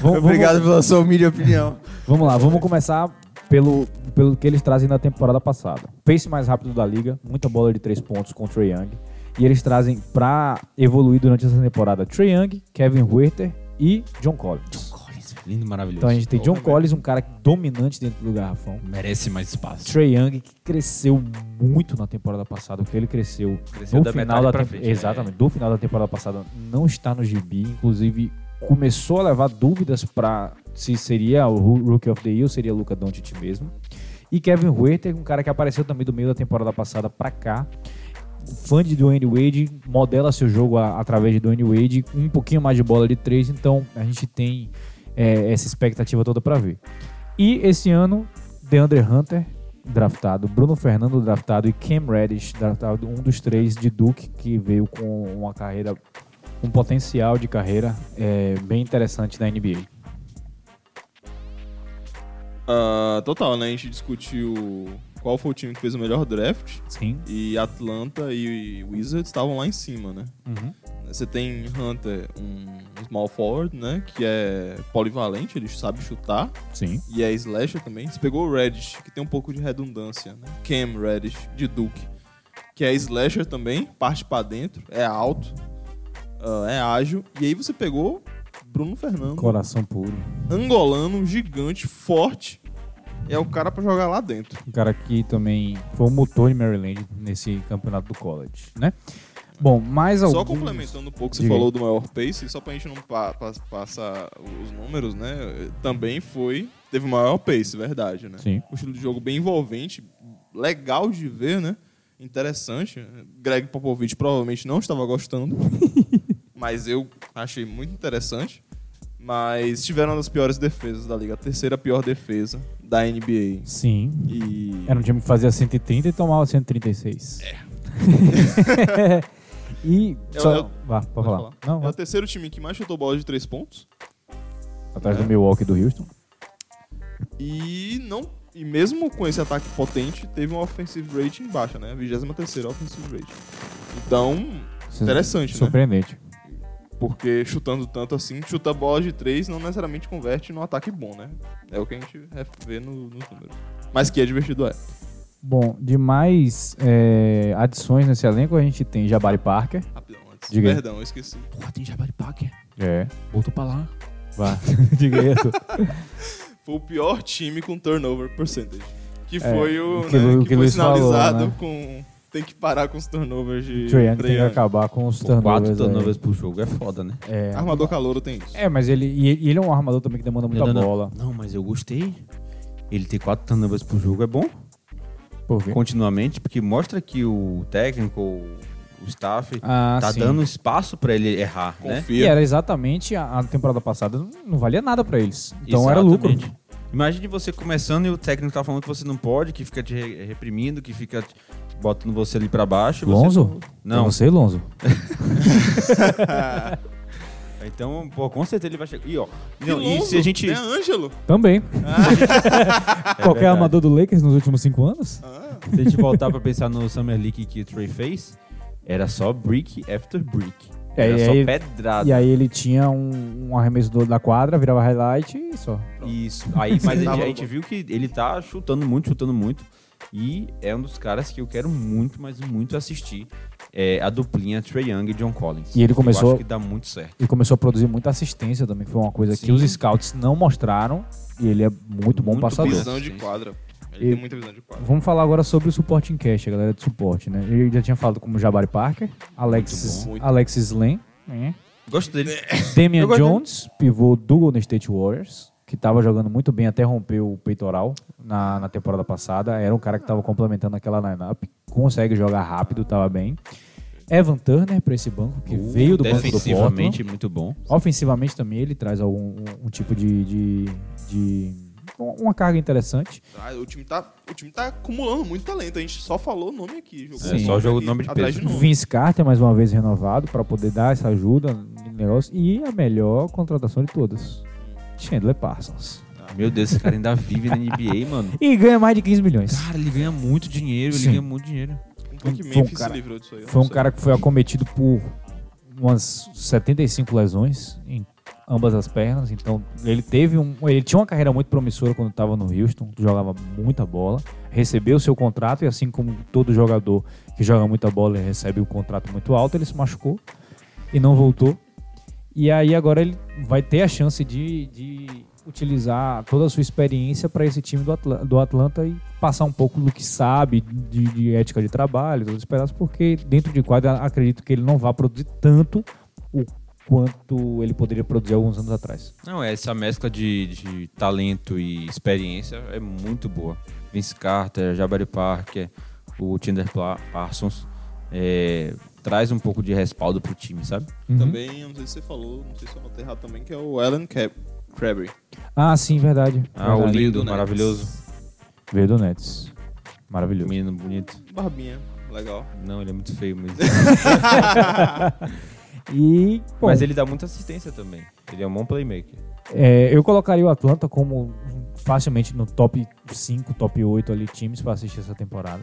A: vamos, vamos-
C: pela sua humilde opinião.
A: Vamos lá, vamos começar pelo, pelo que eles trazem na temporada passada. Pace mais rápido da liga, muita bola de três pontos com o Trae Young. E eles trazem pra evoluir durante essa temporada Trae Young, Kevin Huerter e John Collins.
E: Collins, lindo, maravilhoso.
A: Então a gente tem John Collins, um cara dominante dentro do garrafão.
E: né? Merece mais espaço.
A: Trae Young, que cresceu muito na temporada passada, porque ele cresceu,
E: Cresceu
A: no
E: da
A: final
E: metade
A: da
E: pra
A: tempo-
E: frente, né?
A: Exatamente, do final da temporada passada não está no gibi, inclusive começou a levar dúvidas para se seria o Ru- Rookie of the Year ou seria Luca Doncic mesmo. E Kevin Huerter, um cara que apareceu também do meio da temporada passada pra cá. Fã de Dwayne Wade, modela seu jogo a- através de Dwayne Wade, um pouquinho mais de bola de três, então a gente tem é, essa expectativa toda pra ver. E esse ano, DeAndre Hunter draftado, Bruno Fernando draftado e Cam Reddish draftado, um dos três de Duke que veio com uma carreira, um potencial de carreira é, bem interessante na NBA.
C: Ah, total, né? A gente discutiu qual foi o time que fez o melhor draft.
A: Sim.
C: E Atlanta e Wizards estavam lá em cima, né? Você tem Hunter, um small forward, né? Que é polivalente, ele sabe chutar.
A: Sim.
C: E é slasher também. Você pegou o Reddish, que tem um pouco de redundância, né? Cam Reddish, de Duke. Que é slasher também, parte pra dentro, é alto, ah, é ágil. E aí você pegou Bruno Fernando
A: Coração puro.
C: angolano, um gigante, forte. É o cara pra jogar lá dentro.
A: Um cara que também foi um motor de Maryland nesse campeonato do college, né? Bom, mais alguns...
C: Só complementando um pouco, você
A: Diga aí.
C: falou do maior pace, só pra gente não pa- pa- passar os números, né? Também foi. Teve o maior pace, verdade, né?
A: Sim.
C: Um estilo de jogo bem envolvente, legal de ver, né? Interessante. Greg Popovich provavelmente não estava gostando, mas eu achei muito interessante. Mas tiveram uma das piores defesas da liga, a terceira pior defesa da NBA.
A: Sim.
C: E
A: Era um time que fazia 130 e então tomava 136. É. e
C: Eu-
A: só...
C: eu-
A: Vá, pode,
C: Pode
A: falar.
C: falar.
A: Não,
C: é
A: vá.
C: o terceiro time que mais chutou bola de três pontos.
A: atrás
C: é.
A: do Milwaukee e do Houston.
C: E não. E mesmo com esse ataque potente, teve uma offensive rating baixa, né? 23 offensive rating. Então, Interessante, né?
A: Surpreendente.
C: porque chutando tanto assim, chutar bola de três não necessariamente converte num ataque bom, né? É o que a gente vê no- nos números. Mas que é divertido, é.
A: Bom, de mais é, adições nesse elenco, a gente tem Jabari Parker.
C: Rapidão, antes.
A: Diga aí.
C: Perdão, eu esqueci.
E: Porra, tem Jabari Parker.
A: É.
E: Voltou pra lá.
A: Vá. Diga aí, Arthur.
C: Foi o pior time com turnover percentage. Que foi o,
A: É, o que
C: né,
A: Lu- o
C: que
A: que
C: foi
A: Luiz falou,
C: sinalizado
A: né?
C: com... Tem que parar com os turnovers de...
A: Trae Young tem
C: Trae
A: que
C: Young.
A: acabar com os
E: Pô,
A: turnovers.
E: Quatro
A: aí.
E: turnovers pro jogo é foda, né?
A: É.
C: Armador calouro tem isso.
A: É, mas ele, e ele é um armador também que demanda muita
E: Não, não, não.
A: bola.
E: Não, mas eu gostei. Ele ter quatro turnovers pro jogo é bom.
A: Por quê?
E: Continuamente, porque mostra que o técnico, o staff,
A: Ah,
E: tá
A: sim.
E: dando espaço pra ele errar, né?
A: E
C: Confia.
A: era exatamente a, a temporada passada, não- não valia nada pra eles. Então era lucro.
E: Exatamente. Tipo, Imagine você começando e o técnico tá falando que você não pode, que fica te re- reprimindo, que fica botando você ali pra baixo. você-
A: Lonzo?
E: Não.
A: Eu sei, Lonzo.
E: Então, pô, com certeza ele vai chegar. E ó, né? não,
C: Que
E: e
C: Lonzo?
E: se a gente.
C: É Ângelo.
A: Também. Qualquer
E: É verdade.
A: armador do Lakers nos últimos cinco anos?
E: Se a gente voltar pra pensar no Summer League que o Trey fez, era só brick after brick.
A: É,
E: Era
A: e
E: só
A: aí-
E: pedrada.
A: E aí ele tinha um, um arremessador da quadra, virava highlight e só.
E: Isso. Aí, mas a gente,
C: Tava
E: a gente
C: bom.
E: viu que ele tá chutando muito, chutando muito. E é um dos caras que eu quero muito, mas muito assistir. É a duplinha Trey Young e John Collins.
A: E ele começou-
E: Eu acho que dá muito certo.
A: E começou a produzir muita assistência também, que foi uma coisa que
E: Sim.
A: os scouts não mostraram. E ele é muito bom
E: Muito
A: passador.
E: Tá bom.
C: Visão de quadra. Ele
A: E-
C: tem muita visão de quadra.
A: Vamos falar agora sobre o suporte em cash, a galera de suporte, né? Eu já tinha falado como Jabari Parker, Alexis,
C: bom, muito
A: Alexis Len,
E: Gosto dele.
A: né? Damian
E: Eu gostei.
A: Jones, pivô do Golden State Warriors, que tava jogando muito bem até romper o peitoral na, na temporada passada. Era um cara que tava complementando aquela lineup, consegue jogar rápido, tava bem. Evan Turner pra esse banco, que
C: Uh,
A: veio do banco do Portland.
E: Defensivamente, muito bom.
A: Ofensivamente também ele traz algum um, um tipo de, de, de- um- uma carga interessante.
C: Ah, o, time tá, o time tá acumulando muito talento. A gente só falou o nome aqui. Jogou
A: É,
C: o
A: só
C: nome
E: jogo
C: ali,
E: nome de
C: atrás
E: peso.
C: De nome.
A: Uhum. Vince Carter mais uma vez renovado para poder dar essa ajuda no negócio e a melhor contratação de todas. Chandler Parsons.
E: Meu Deus, esse cara ainda vive na NBA, mano.
A: E ganha mais de 15 milhões.
E: Cara, ele ganha muito dinheiro,
A: Sim.
E: ele ganha muito dinheiro.
C: Como foi que
A: Foi um
C: Memphis se
A: cara-
C: livrou disso aí? Eu
A: Foi um
C: não sei.
A: cara que foi acometido por umas 75 lesões em ambas as pernas, então ele teve um, ele tinha uma carreira muito promissora quando estava no Houston, jogava muita bola, recebeu seu contrato e assim como todo jogador que joga muita bola e recebe um contrato muito alto, ele se machucou e não voltou. E aí agora ele vai ter a chance de, de utilizar toda a sua experiência para esse time do, Atla- do Atlanta e passar um pouco do que sabe de, de ética de trabalho, todas as pedaços, porque dentro de quadra acredito que ele não vai produzir tanto o quanto ele poderia produzir alguns anos atrás.
E: Não, essa mescla de, de talento e experiência é muito boa. Vince Carter, Jabari Parker, o Tinder Pla- Parsons é, traz um pouco de respaldo pro time, sabe?
C: Também, eu não sei se você falou, não sei se eu notei errado também, que é o Alan Cab Crabtree.
A: Ah, sim, verdade.
E: Ah, o
A: verdade.
E: lindo,
C: Nets.
E: maravilhoso.
A: Veio do Nets. Maravilhoso.
E: Menino bonito.
C: Barbinha, legal.
E: Não, ele é muito feio, mas,
A: E, bom,
E: mas ele dá muita assistência também. Ele é um bom playmaker.
A: É, eu colocaria o Atlanta como facilmente no top 5, top 8 ali times pra assistir essa temporada.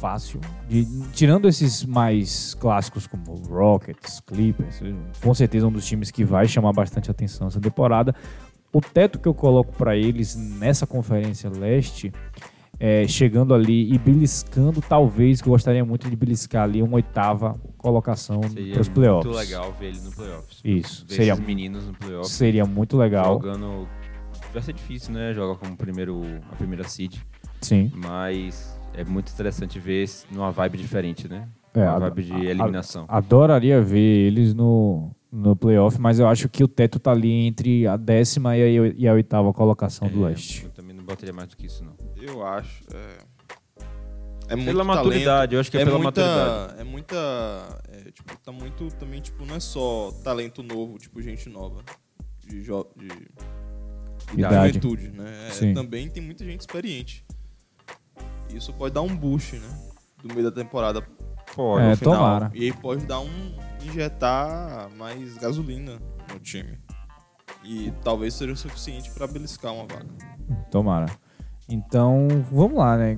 A: Fácil. De- tirando esses mais clássicos como Rockets, Clippers, com certeza um dos times que vai chamar bastante atenção essa temporada. O teto que eu coloco pra eles nessa conferência leste é, chegando ali e beliscando, talvez, que eu gostaria muito de beliscar ali uma oitava colocação
E: Seria
A: pros playoffs.
E: muito legal ver ele no playoffs.
A: Isso,
E: Ver
A: seria,
E: esses meninos no playoffs.
A: seria muito legal.
E: Jogando. Vai ser difícil, né? Jogar como primeiro, a primeira seed.
A: Sim.
E: Mas é muito interessante ver esse- numa vibe diferente, né?
A: É,
E: uma
A: a-
E: vibe de
A: a- a-
E: eliminação.
A: Adoraria ver eles no, no playoff, mas eu acho que o teto tá ali entre a décima e a, e a oitava colocação do leste.
E: É, Eu também não botaria mais do que isso, não.
C: Eu acho. É, é muito
E: pela
C: talento.
E: maturidade, eu acho que é, pela
C: muita,
E: maturidade.
C: É muita. é, tipo, tá muito também, tipo, não é só talento novo, tipo, gente nova. De, jo de, de
A: Idade.
C: juventude, né? É,
A: Sim.
C: também tem muita gente experiente. Isso pode dar um boost, né? Do meio da temporada.
E: Pô,
A: É,
E: no final,
A: tomara.
C: E aí pode dar um. injetar mais gasolina no time. E talvez seja o suficiente pra beliscar uma vaga.
A: Tomara. Então, vamos lá, né?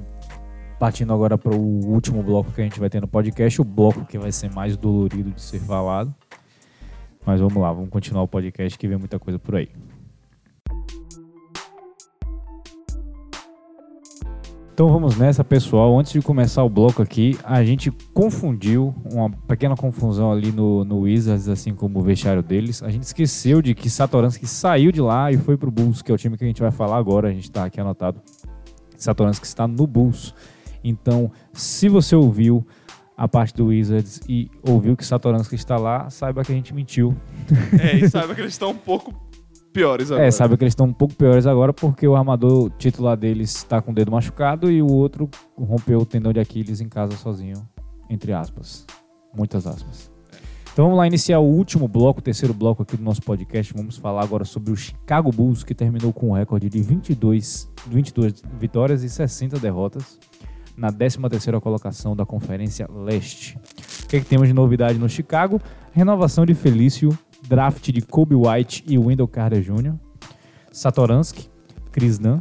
A: Partindo agora para o último bloco que a gente vai ter no podcast, o bloco que vai ser mais dolorido de ser falado. Mas vamos lá, vamos continuar o podcast que vem muita coisa por aí. Então vamos nessa, pessoal. Antes de começar o bloco aqui, a gente confundiu, uma pequena confusão ali no, no Wizards, assim como o vestiário deles. A gente esqueceu de que Satoransky saiu de lá e foi pro Bulls, que é o time que a gente vai falar agora. A gente tá aqui anotado. Satoransky está no Bulls. Então, se você ouviu a parte do Wizards e ouviu que Satoransky está lá, saiba que a gente mentiu.
C: É, e saiba que eles estão um pouco piores agora.
A: É, sabe que eles estão um pouco piores agora porque o armador titular deles está com o dedo machucado e o outro rompeu o tendão de Aquiles em casa sozinho, entre aspas. Muitas aspas. Então vamos lá iniciar o último bloco, o terceiro bloco aqui do nosso podcast. Vamos falar agora sobre o Chicago Bulls, que terminou com um recorde de 22, 22 vitórias e 60 derrotas. na 13ª colocação da Conferência Leste. O que, é que temos de novidade no Chicago? Renovação de Felício, draft de Kobe White e Wendell Carter Jr., Satoransky, Chris Dunn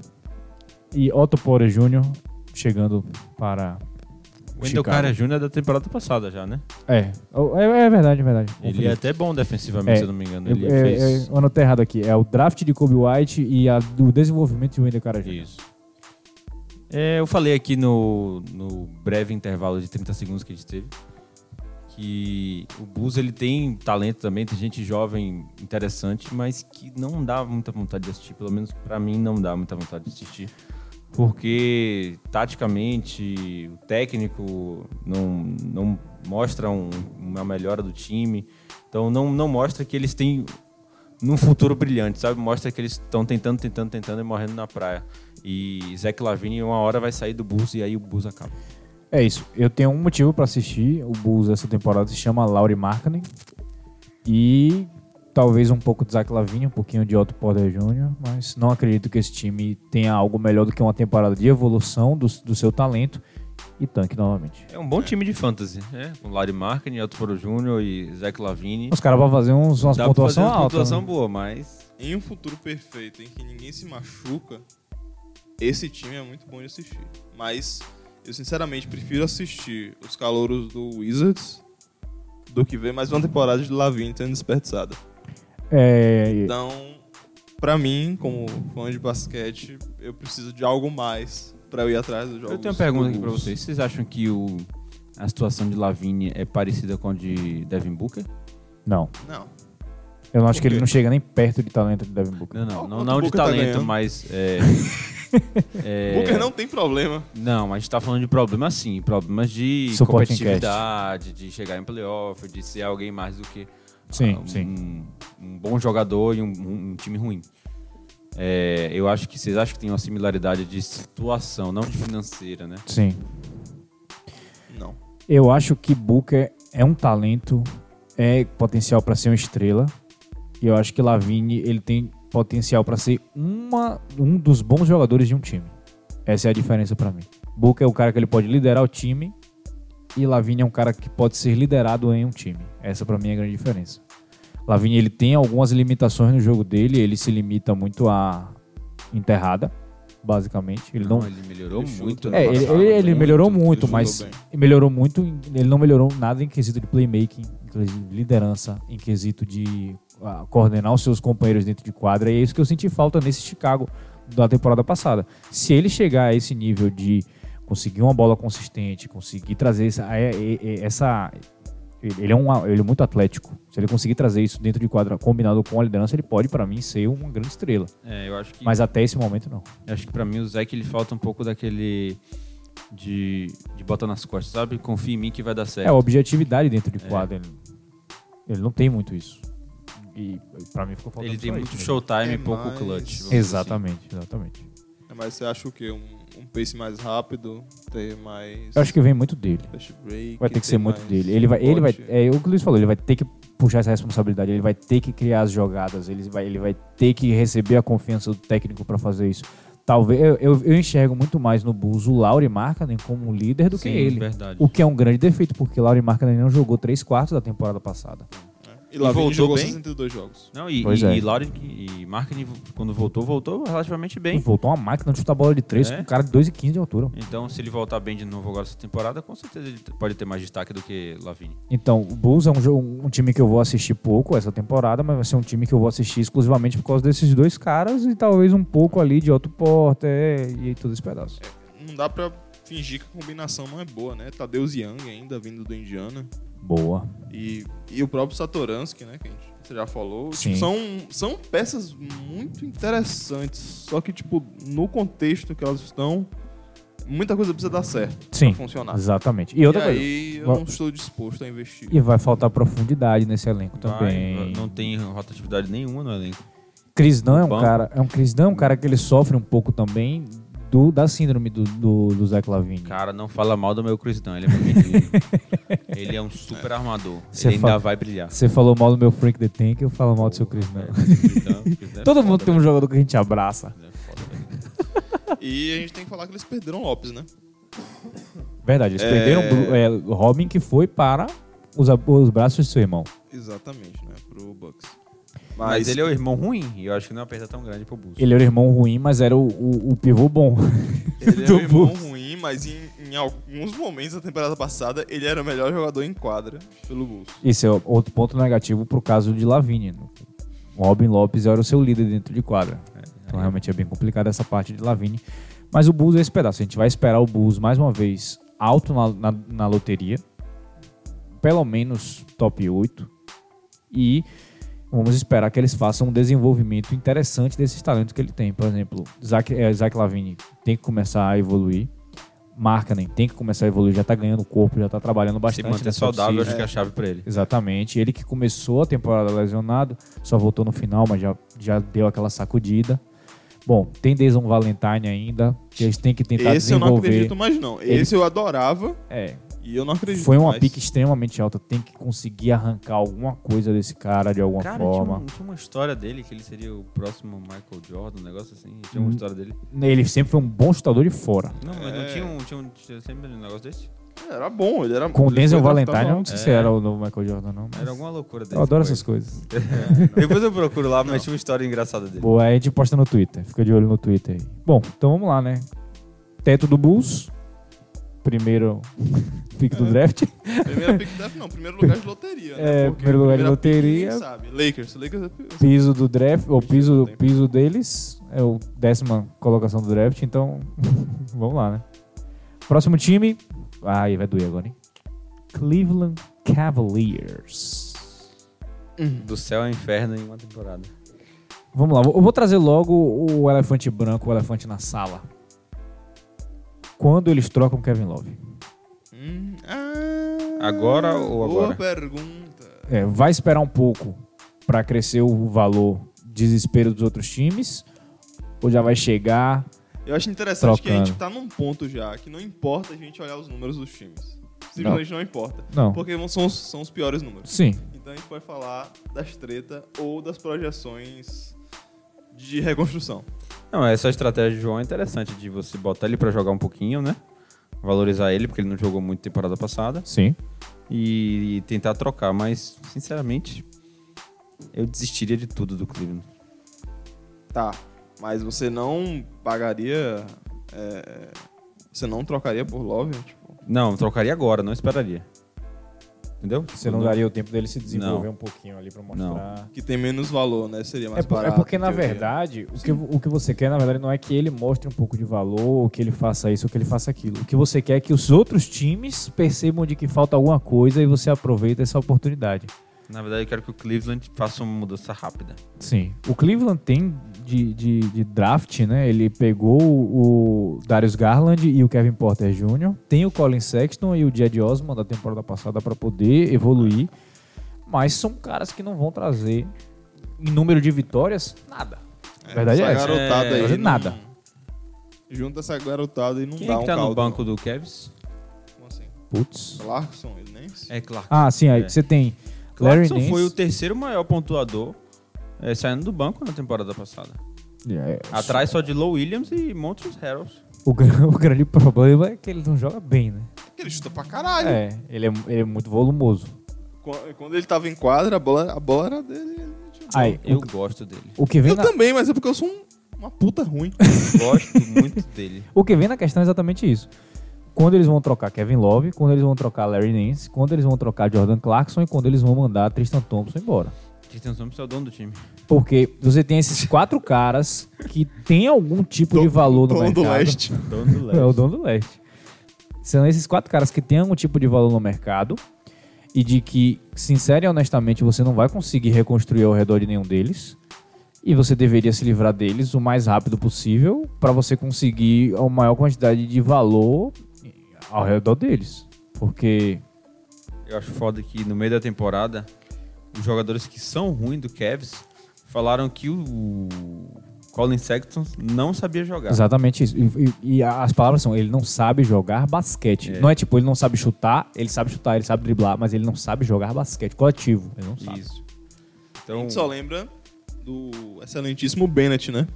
A: e Otto Porter Jr. chegando para
E: O Wendell Carter Jr. é da temporada passada já, né?
A: é, o- é, é verdade, é verdade.
E: Ele é até bom defensivamente,
A: É,
E: se eu não me engano.
A: Eu,
E: Ele
A: é,
E: fez
A: eu anotei errado aqui. É o draft de Kobe White e a- o desenvolvimento de Wendell Carter Jr.
E: isso. É, eu falei aqui no, no breve intervalo de 30 segundos que a gente teve que o Bulls ele tem talento também, tem gente jovem interessante, mas que não dá muita vontade de assistir, pelo menos pra mim não dá muita vontade de assistir. Porque taticamente o técnico não, não mostra um- uma melhora do time, então não, não mostra que eles têm num futuro brilhante, sabe? Mostra que eles estão tentando, tentando, tentando e morrendo na praia. E Zach Lavine uma hora vai sair do Bulls e aí o Bulls acaba.
A: É isso. Eu tenho um motivo pra assistir o Bulls essa temporada. Se chama Lauri Markkanen. E talvez um pouco de Zach Lavine, um pouquinho de Otto Porter Jr. Mas não acredito que esse time tenha algo melhor do que uma temporada de evolução do, do seu talento e tanque novamente.
E: É um bom time de fantasy, né? Com Larry Markin, Otto Foro Júnior e Zach Lavine.
A: Os caras vão fazer uns, umas
E: Dá pra fazer
A: pontuações
E: uma
A: altas.
E: pontuação
A: né?
E: boa, mas
C: Em um futuro perfeito, em que ninguém se machuca, esse time é muito bom de assistir. Mas eu sinceramente prefiro assistir os calouros do Wizards do que ver mais uma temporada de Lavin sendo desperdiçada.
A: É,
C: Então, pra mim, como fã de basquete, eu preciso de algo mais pra eu ir atrás dos jogos.
E: eu tenho uma pergunta aqui
C: do
E: pra
C: Bulls.
E: vocês. Vocês acham que o, a situação de Lavine é parecida com a de Devin Booker?
A: não.
C: Não.
A: Eu não acho que
C: quê?
A: ele não chega nem perto de talento de Devin Booker.
E: Não, não,
C: Quanto
E: não, não de
C: Booker tá
E: talento,
C: ganhando?
E: mas é, é,
C: Booker não tem problema.
E: Não, a gente tá falando de problemas sim, problemas de
A: Suporte em
E: competitividade, de chegar em playoff, de ser alguém mais do que
A: Sim,
E: ah, um,
A: sim.
E: um bom jogador e um, um- um time ruim. É, eu acho que vocês acham que tem uma similaridade de situação, não de financeira, né?
A: Sim.
C: Não.
A: Eu acho que Booker é um talento, é potencial pra ser uma estrela. E eu acho que Lavine ele tem potencial pra ser uma, um dos bons jogadores de um time. Essa é a diferença pra mim. Booker é o cara que ele pode liderar o time e Lavine é um cara que pode ser liderado em um time. Essa pra mim é a grande diferença. Lavine ele tem algumas limitações no jogo dele, ele se limita muito a enterrada, basicamente. Ele não,
E: ele melhorou
C: Ele
E: muito.
C: chuta,
E: ano
A: é, ele,
E: passado, né?
A: ele- ele
E: muito.
A: melhorou
C: ele
A: muito,
C: jogou
A: mas
C: bem.
A: melhorou muito. em- Ele não melhorou nada em quesito de playmaking, em quesito de liderança, em quesito de ah, coordenar os seus companheiros dentro de quadra. E é isso que eu senti falta nesse Chicago da temporada passada. Se ele chegar a esse nível de conseguir uma bola consistente, conseguir trazer essa. é- é- é- essa ele é, um, ele é muito atlético. Se ele conseguir trazer isso dentro de quadra combinado com a liderança, ele pode, pra mim, ser uma grande estrela.
E: É, eu acho que
A: Mas até esse momento, não.
E: Acho que pra mim o Zeke ele falta um pouco daquele de, de bota nas costas, sabe? Confia em mim que vai dar certo. É.
A: É, a objetividade dentro de quadra. Ele, ele não tem muito isso. E pra mim ficou faltando
E: ele tem
A: só
E: muito
A: isso, né?
E: showtime
C: É
E: e pouco
C: mais-
E: clutch. vamos dizer assim.
A: Exatamente, exatamente.
C: Mas você acha o quê? Um, um pace mais rápido? Ter mais.
A: Eu acho que vem muito dele.
C: Fast break,
A: Vai ter que
C: ter
A: ser muito
C: mais
A: dele. Ele vai, ele vai,
C: rebote.
A: é o que o Luiz falou, ele vai ter que puxar essa responsabilidade, ele vai ter que criar as jogadas, ele vai, ele vai ter que receber a confiança do técnico pra fazer isso. Talvez eu, eu, eu enxergo muito mais no Bulls o Lauri Markkanen como um líder do que
E: Sim,
A: ele.
E: verdade.
A: O que é um grande defeito, porque Lauri Markkanen não jogou três quartos da temporada passada.
C: E lá
E: voltou
C: jogou
E: bem?
C: 62 jogos.
E: Não, e,
A: Pois
E: e,
A: é.
E: e Lauren e Marketing, quando voltou, voltou relativamente
A: E
E: bem.
A: voltou uma máquina de chutar bola de três
E: É?
A: com um cara de 2,15 de altura.
E: Então, se ele voltar bem de novo agora essa temporada, com certeza ele t- pode ter mais destaque do que Lavini.
A: Então, o Bulls é um, jo- um time que eu vou assistir pouco essa temporada, mas vai ser um time que eu vou assistir exclusivamente por causa desses dois caras e talvez um pouco ali de Otto Porter e todo esse pedaço.
C: Não dá pra fingir que a combinação não é boa, né? Tadeus Young ainda vindo do Indiana.
A: Boa.
C: E, e o próprio Satoransky, né? Que a gente, você já falou. Tipo,
A: Sim.
C: são, são peças muito interessantes. Só que, tipo, no contexto que elas estão, muita coisa precisa dar certo
A: Sim,
C: pra funcionar.
A: exatamente. E outra
C: e
A: coisa.
C: aí eu
A: Vol-
C: não estou disposto a investir.
A: E vai faltar profundidade nesse elenco
E: Vai,
A: também.
E: não tem rotatividade nenhuma no elenco.
A: Chris Dunn é um
E: Bom.
A: cara, é um Chris Dunn é um cara que ele sofre um pouco também do, da síndrome do, do, do Zach Lavine.
E: Cara, não fala mal do meu cristão, ele é meu menino. ele é um super armador.
A: Você
E: ele ainda
A: fala-
E: vai brilhar. Então,
A: Você falou mal do meu Frank the Tank, eu falo mal do seu Chris Dunn. é
E: É.
A: Todo mundo tem um jogador que a gente abraça.
C: E a gente tem que falar que eles perderam o Lopes, né?
A: Verdade, eles
C: É.
A: perderam Bru- é, Robin, que foi para os, ab- os braços de seu irmão.
C: Exatamente, né? Pro Bucks.
E: Mas ele é o irmão ruim e eu acho que não é uma perda tão grande pro Bulls.
A: Ele era o irmão ruim, mas era o, o, o pivô bom.
C: Ele
A: do
C: era um irmão
A: Bulls.
C: ruim, mas em, em alguns momentos da temporada passada, ele era o melhor jogador em quadra pelo Bulls.
A: Esse é outro ponto negativo pro caso de Lavigne. O Robin Lopes era o seu líder dentro de quadra. Então realmente é bem complicado essa parte de Lavigne. Mas o Bulls é esse pedaço. A gente vai esperar o Bulls mais uma vez alto na, na, na loteria. Pelo menos top 8. E vamos esperar que eles façam um desenvolvimento interessante desses talentos que ele tem. Por exemplo, Zach, eh, Zach Lavigne tem que começar a evoluir. Markkanen tem que começar a evoluir. Já tá ganhando corpo, já tá trabalhando
E: Se
A: bastante.
E: manter
A: nessa
E: saudável,
A: off-season.
E: acho que é a chave pra ele.
A: Exatamente. Ele que começou a temporada lesionado, só voltou no final, mas já, já deu aquela sacudida. Bom, tem Deson Valentine ainda, que eles têm que tentar
C: Esse eu não
A: desenvolver.
C: acredito mais, não.
A: Ele-
C: Esse eu adorava
A: É,
C: e eu não acredito
A: foi uma
C: mais.
A: pique extremamente alta. Tem que conseguir arrancar alguma coisa desse cara de alguma
E: Cara, tinha
A: forma.
E: uma, tinha uma história dele que ele seria o próximo Michael Jordan, um negócio assim. Tinha uma
A: Hum.
E: história dele.
A: Ele sempre foi um bom chutador de fora.
E: Não, mas não
C: É.
E: tinha um, tinha um, tinha sempre um negócio desse?
C: Era bom, ele era...
A: Com o
C: ele
A: Denzel
C: foi É.
A: Valentine, eu
C: draftado-
A: não sei se era o novo Michael Jordan, não. mas
E: Era alguma loucura dele.
A: Eu adoro essas coisas.
E: Depois eu procuro lá, mas tinha uma história engraçada dele.
A: Boa, aí a gente posta no Twitter. Fica de olho no Twitter aí. Bom, então vamos lá, né? Teto do Bulls. Primeiro pique do draft.
C: Primeira pick draft, não. Primeiro lugar de loteria, né?
A: né? É,
C: Porque
A: primeiro lugar de
C: primeira
A: loteria.
C: pick, ninguém sabe. Lakers. Lakers é...
A: Piso do draft, ou piso, piso deles. É o décima colocação do draft, então vamos lá, né? Próximo time. Ai, vai doer agora, hein? Cleveland Cavaliers.
E: Do céu ao inferno em uma temporada.
A: Vamos lá, eu vou trazer logo o elefante branco, o elefante na sala. Quando eles trocam Kevin Love?
C: Hum, ah,
E: Agora ou agora?
C: Boa pergunta.
A: É, vai esperar um pouco pra crescer o valor desespero dos outros times? Ou já vai chegar?
C: Eu acho interessante que a gente
A: Trocando.
C: tá num ponto já que não importa a gente olhar os números dos times. Simplesmente não, importa.
A: Não.
C: Porque vão- são, os- são os piores números.
A: Sim.
C: Então a gente pode falar das treta ou das projeções de reconstrução.
E: Não, essa estratégia do João é interessante de você botar ele pra jogar um pouquinho, né? Valorizar ele, porque ele não jogou muito temporada passada.
A: Sim.
E: E, e tentar trocar, mas, sinceramente, eu desistiria de tudo do Cleveland.
C: Tá. Mas você não pagaria. é, você não trocaria por Love? Tipo,
E: Não, trocaria agora, não esperaria. Entendeu?
A: Você não daria o tempo dele se desenvolver
E: Não.
A: um pouquinho ali pra mostrar.
C: que tem menos valor, né? Seria
A: É,
C: mais
A: por- é
C: barato.
A: porque, na
C: em teoria.
A: verdade, o que, o que você quer, na verdade, não é que ele mostre um pouco de valor, ou que ele faça isso, ou que ele faça aquilo. O que você quer é que os outros times percebam de que falta alguma coisa e você aproveita essa oportunidade.
E: Na verdade, eu quero que o Cleveland faça uma mudança rápida.
A: Sim. O Cleveland tem de, de, de draft, né? Ele pegou o Darius Garland e o Kevin Porter Jr. Tem o Colin Sexton e o Jed Osman da temporada passada para poder evoluir. Mas são caras que não vão trazer, em número de vitórias, nada. A verdade é
C: essa
A: essa.
C: garotada
A: É,
C: aí.
A: fazer
C: não-
A: nada.
C: Junta essa garotada e não
E: Quem
C: dá
E: é que tá
C: um caldo,
E: no banco do Cavs?
C: não. Como assim?
A: Putz.
C: Clarkson, ele nem se-
E: É Clark.
A: Ah, sim. Aí
E: É.
A: você tem Larry
E: Clarkson
A: Nance.
E: foi o terceiro maior pontuador eh, saindo do banco na temporada passada.
A: É,
E: Atrás só de Low Williams e Montrose Harrells.
A: o, gran- o grande problema é que ele não joga bem, né?
C: Ele chuta pra caralho.
A: É, ele é, ele é muito volumoso.
C: Qu- Quando ele tava em quadra, a bola, a bola era dele. ele não tinha bola.
A: Aí,
E: Eu
A: o,
E: gosto dele.
A: o que Ah, vem
C: eu
A: na,
C: também, mas é porque eu sou um- uma puta ruim.
E: Gosto muito dele.
A: O que vem na questão é exatamente isso. Quando eles vão trocar Kevin Love, quando eles vão trocar Larry Nance, quando eles vão trocar Jordan Clarkson e quando eles vão mandar Tristan Thompson embora.
E: Tristan Thompson é o dono do time.
A: Porque você tem esses quatro caras que tem algum tipo de valor no
C: Dono
A: mercado.
C: do leste.
E: Dono do
A: É o dono do leste. São esses quatro caras que têm algum tipo de valor no mercado e de que, sincero e honestamente, você não vai conseguir reconstruir ao redor de nenhum deles. E você deveria se livrar deles o mais rápido possível para você conseguir a maior quantidade de valor ao redor deles. Porque
E: Eu acho foda que no meio da temporada, os jogadores que são ruins do Cavs falaram que o Colin Sexton não sabia
A: Tá.
E: jogar.
A: Exatamente isso. E, e- e as palavras são: ele não sabe jogar basquete. Não é tipo, ele não sabe chutar, ele sabe chutar, ele sabe driblar, mas ele não sabe jogar basquete coletivo. Ele não sabe.
E: Isso.
C: A
E: Então,
C: gente só lembra do excelentíssimo Bennett, né?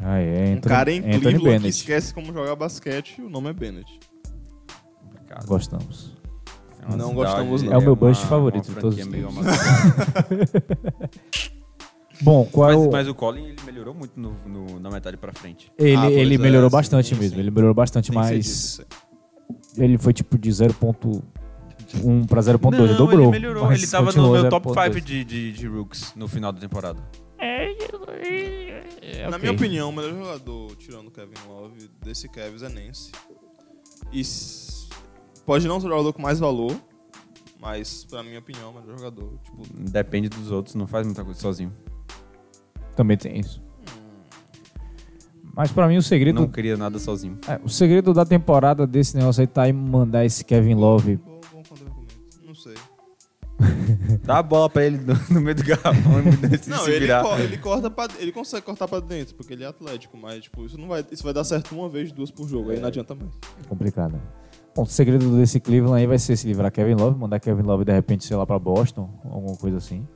A: Ah, é.
C: Um
A: Anthony-
C: cara em
A: Anthony
C: Cleveland que
A: Bennett.
C: esquece como jogar basquete e o nome é Bennett.
E: casa.
A: Gostamos.
E: É uma
C: Não gostamos, não.
A: É o meu
E: uma-
A: Bush favorito
E: uma
A: de todos os
E: franquia meio
A: tempos.
E: amaldiçoada.
A: Bom, qual é
E: Mas,
A: o...
E: mas o Colin ele melhorou muito no, no- na metade pra frente.
A: Ele,
C: Ah, pois
A: ele
C: é,
A: melhorou
C: sim,
A: bastante
C: sim,
A: mesmo.
C: sim.
A: Ele melhorou bastante,
C: Tem que ser
A: mas
C: dito isso
A: ele foi tipo de 0.1 pra 0.2.
E: Não,
A: Ele dobrou.
E: Ele melhorou.
A: mas
E: Ele tava no
A: continuou
E: meu top
A: 0.2.
E: 5 de, de, de Rooks no final da temporada. É,
C: aí. Na minha opinião, o melhor jogador, tirando o Kevin Love, desse Cavs é Nance. E s- pode não ser o jogador com mais valor, mas, pra minha opinião, é o melhor jogador. Tipo,
E: Depende dos outros, não faz muita coisa sozinho.
A: Também tem isso. Mas pra mim o segredo
E: Não cria nada sozinho.
A: É, o segredo da temporada desse negócio aí tá em mandar esse Kevin Love.
C: bom, bom contra-argumento. Não sei.
A: É.
E: Dá a bola pra ele no, no meio do garrafão e me deixa ele
C: Não,
E: se
C: ele,
E: virar.
C: co- ele corta pra, ele consegue cortar pra dentro, porque ele é atlético, mas tipo, isso não vai, isso vai dar certo uma vez, duas por jogo, aí não adianta mais.
A: É complicado. Bom, o segredo desse Cleveland aí vai ser se livrar Kevin Love, mandar Kevin Love de repente, sei lá, pra Boston, alguma coisa assim.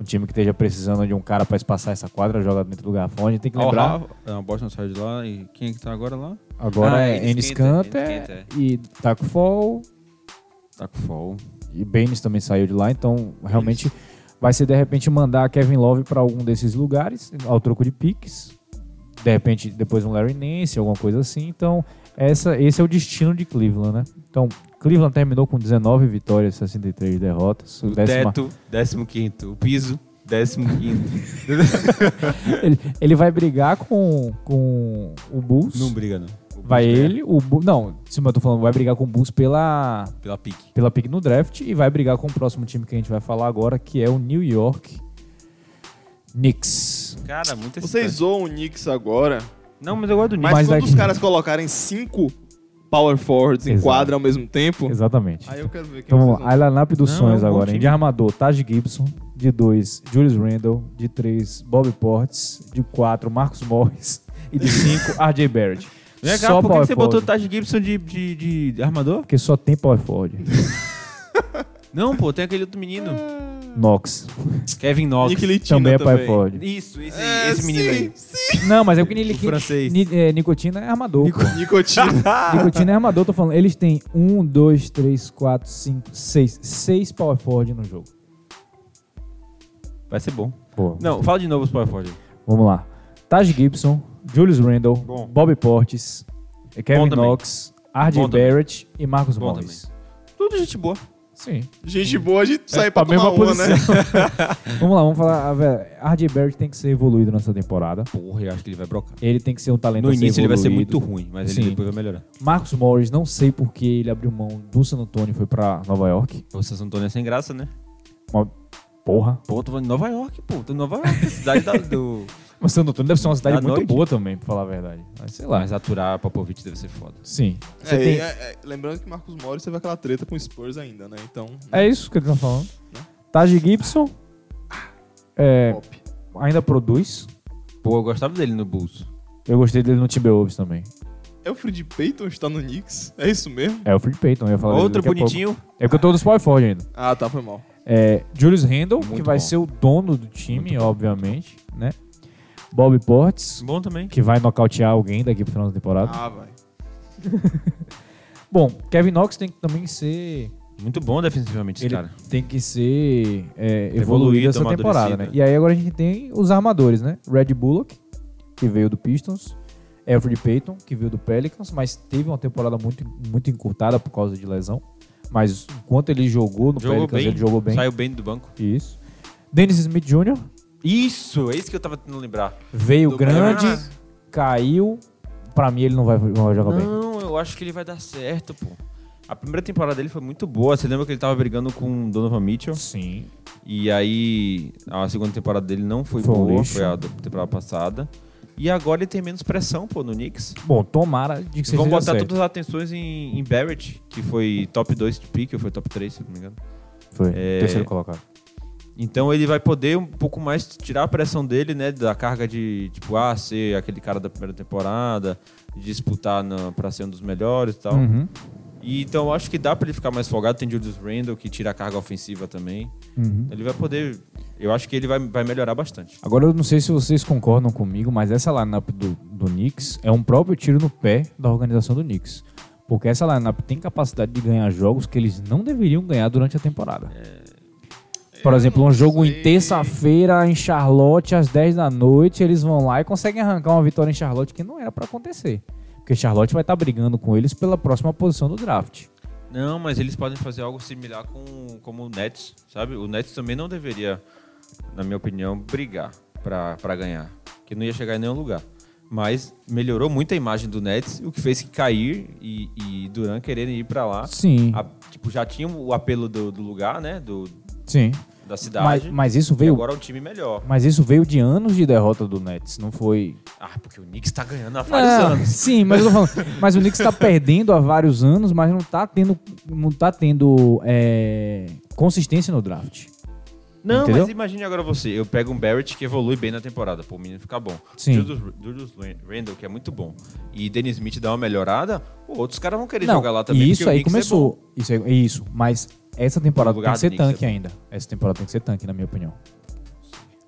A: Um time que esteja precisando de um cara pra espaçar essa quadra, joga dentro do garrafão. A gente tem que
E: Al
A: lembrar.
E: Hava- Não, é Boston saiu de lá e quem é que tá agora lá?
A: Agora
E: Ah,
A: é
E: é,
A: Enes
E: Enes
A: Kanter
E: Kanter, Enes
A: e Taco Fall
E: Tá com fall.
A: e Baines também saiu de lá, então realmente vai ser de repente mandar Kevin Love pra algum desses lugares ao troco de piques. De repente depois um Larry Nance, alguma coisa assim. Então, essa esse é o destino de Cleveland, né? Então, Cleveland terminou com 19 vitórias, 63 derrotas.
E: O
A: Décima-
E: teto, décimo quinto. O piso, décimo quinto.
A: ele, ele vai brigar com, com o Bulls.
E: não briga, não. O é
A: vai
E: Bulls
A: ele, o Bu- não, sim, mas eu tô falando, vai brigar com o Bulls pela
E: pega Pela pique.
A: pela pick no draft e vai brigar com o próximo time que a gente vai falar agora, que é o New York Knicks.
E: Cara, muito
C: Vocês zoam o Knicks agora,
E: Não, mas eu gosto do
C: mas,
E: Knicks.
A: Mas
C: quando
A: daqui-
C: os caras colocarem cinco power forwards em
A: Exato.
C: quadra ao mesmo tempo,
A: Exatamente.
C: aí eu quero ver quem
A: Então vamos
C: vocês
A: lá, a lineup dos
E: Não,
A: sonhos
E: é um bom
A: agora, hein?
E: time.
A: De armador, Taj Gibson. De 2, Julius Randle. De 3, Bob Portes. De 4, Marcos Morris. E de 5, RJ Barrett.
E: Vem cá,
A: só
E: por que
A: power
E: que você botou o
A: forward,
E: Taj Gibson de, de, de armador?
A: Porque só tem power forward.
E: Não, pô, tem aquele outro menino.
A: Ah. Knox.
E: Kevin
C: vão.
E: Knox.
C: Nick Litina
A: Também é power
C: também.
A: forward.
E: Isso, esse,
C: É,
E: esse menino
C: sim,
E: aí.
C: sim.
A: Não, mas é porque ele,
E: O francês.
A: Ni- é, Nicotina é armador. pô.
C: Nicotina.
A: Nicotina é armador, tô falando. Eles têm um, dois, três, quatro, cinco, seis, seis power forward no jogo.
E: Vai ser bom.
A: Pô,
E: Não, fala de novo os power forward.
A: vamos lá. Taj Gibson, Julius Randle,
E: Bom.
A: Bob Portis, Kevin
E: também.
A: Knox, RJ
E: Bom também.
A: Barrett e Marcos
E: Bom
A: Morris.
E: Tudo gente boa.
A: Sim.
C: Gente boa, a gente sai pra
A: pra É mesma
C: tomar uma, né?
A: vamos lá, vamos falar. ah, a ver- RJ Barrett tem que ser evoluído nessa temporada.
E: Porra, eu acho que ele vai brocar.
A: Ele tem que ser um talento
E: No
A: a ser
E: início ele vai ser
A: evoluído.
E: muito ruim, mas
A: Sim.
E: ele depois vai melhorar.
A: Marcos Morris, não sei por que ele abriu mão do San Antonio e foi pra Nova York.
E: O Santo Antônio é sem graça, né?
A: Uma porra.
E: Pô, tô falando de Nova York, pô. Tô em Nova York, cidade da, do...
A: Mas San Antonio deve ser uma cidade
E: Da
A: muito
E: noite.
A: boa também, pra falar a verdade. Mas sei lá.
E: Mas aturar Popovich deve ser foda.
A: Sim. Você
C: É,
A: tem-
C: é, é, lembrando que Marcos Morris teve aquela treta com o Spurs ainda, né? Então,
A: É isso que eles estão falando. Taj Gibson é,
C: top.
A: ainda produz.
E: Pô, eu gostava dele no Bulls.
A: Eu gostei dele no Timberwolves também.
C: É o Fred Payton está no Knicks? É isso mesmo?
A: É o Free Peyton, eu ia falar dele
E: Outro
A: daqui a pouco.
E: bonitinho.
A: É porque eu tô dos Power Forward ainda.
C: Ah, tá, foi mal.
A: É, Julius Randle, que
E: Muito
A: vai
E: bom.
A: ser o dono do time, obviamente, né? Bob Portes,
E: Bom também.
A: que vai nocautear alguém daqui pro final da temporada.
C: Ah, vai.
A: Bom, Kevin Knox tem que também ser
E: Muito bom defensivamente esse
A: ele
E: cara.
A: tem que ser é, evoluído,
E: Evoluído,
A: essa temporada, né?
E: amadurecido.
A: E aí agora a gente tem os armadores, né? Red Bullock, que veio do Pistons, Alfred Payton, que veio do Pelicans, mas teve uma temporada muito, muito encurtada por causa de lesão. Mas enquanto ele jogou no
E: Jogou
A: Pelicans,
E: bem.
A: ele jogou bem.
E: Saiu bem do banco.
A: Isso. Dennis Smith Jr.
E: Isso, é isso que eu tava tentando lembrar.
A: veio
C: Do
A: grande,
C: Pelicans.
A: caiu. Pra mim ele não vai, não vai jogar bem.
E: Não, eu acho que ele vai dar certo, pô. A primeira temporada dele foi muito boa. Você lembra que ele tava brigando com o Donovan Mitchell?
A: Sim.
E: E aí a segunda temporada dele não foi,
A: Foi um
E: boa,
A: lixo.
E: foi a do- temporada passada. E agora ele tem menos pressão, pô, no Knicks.
A: Bom, tomara de que
E: Vamos
A: seja
E: botar
A: certo.
E: todas as atenções em, em Barrett, que foi top 2 de pick, ou foi top 3, se eu não me engano.
A: Foi,
E: É,
A: terceiro colocado.
E: Então ele vai poder um pouco mais tirar a pressão dele, né? Da carga de, tipo, ah, ser aquele cara da primeira temporada, de disputar na, pra ser um dos melhores e tal.
A: Uhum.
E: E, então eu acho que dá pra ele ficar mais folgado. Tem Julius Randle, que tira a carga ofensiva também.
A: Uhum.
E: Ele vai poder... Eu acho que ele vai, vai melhorar bastante.
A: Agora eu não sei se vocês concordam comigo, mas essa lineup do, do Knicks é um próprio tiro no pé da organização do Knicks. Porque essa lineup tem capacidade de ganhar jogos que eles não deveriam ganhar durante a temporada.
E: É,
A: Por exemplo, um jogo em terça-feira em Charlotte, às 10 da noite, eles vão lá e conseguem arrancar uma vitória em Charlotte que não era pra acontecer. Porque Charlotte vai estar brigando com eles pela próxima posição do draft.
E: Não, mas eles podem fazer algo similar com como o Nets, sabe? O Nets também não deveria, na minha opinião, brigar pra pra ganhar, que não ia chegar em nenhum lugar. Mas melhorou muito a imagem do Nets, o que fez que cair e, e Duran quererem ir pra lá.
A: Sim.
E: A- tipo, já tinha o apelo do, do lugar, né? Do,
A: Sim.
E: da
A: Mas,
E: cidade.
A: mas isso
E: E
A: veio.
E: agora é um time melhor.
A: Mas isso veio de anos de derrota do Nets, não foi
E: Ah, porque o Knicks tá ganhando há vários
A: Não,
E: anos.
A: sim, mas eu tô falando. Mas o Knicks tá perdendo há vários anos, mas não tá tendo, não tá tendo é, consistência no draft.
E: Não,
A: Entendeu?
E: mas imagine agora você. Eu pego um Barrett que evolui bem na temporada, pô, o menino fica bom.
A: Sim.
E: Julius, Julius Randle, que é muito bom. E Dennis Smith dá uma melhorada, pô, outros caras vão querer
A: Não,
E: jogar lá também.
A: isso
E: porque o
A: aí
E: Knicks é bom.
A: começou. isso, aí, isso, mas essa temporada
E: No
A: tem
E: lugar
A: que ser
E: do Knicks,
A: tanque
E: é bom.
A: ainda. Essa temporada tem que ser tanque, na minha opinião.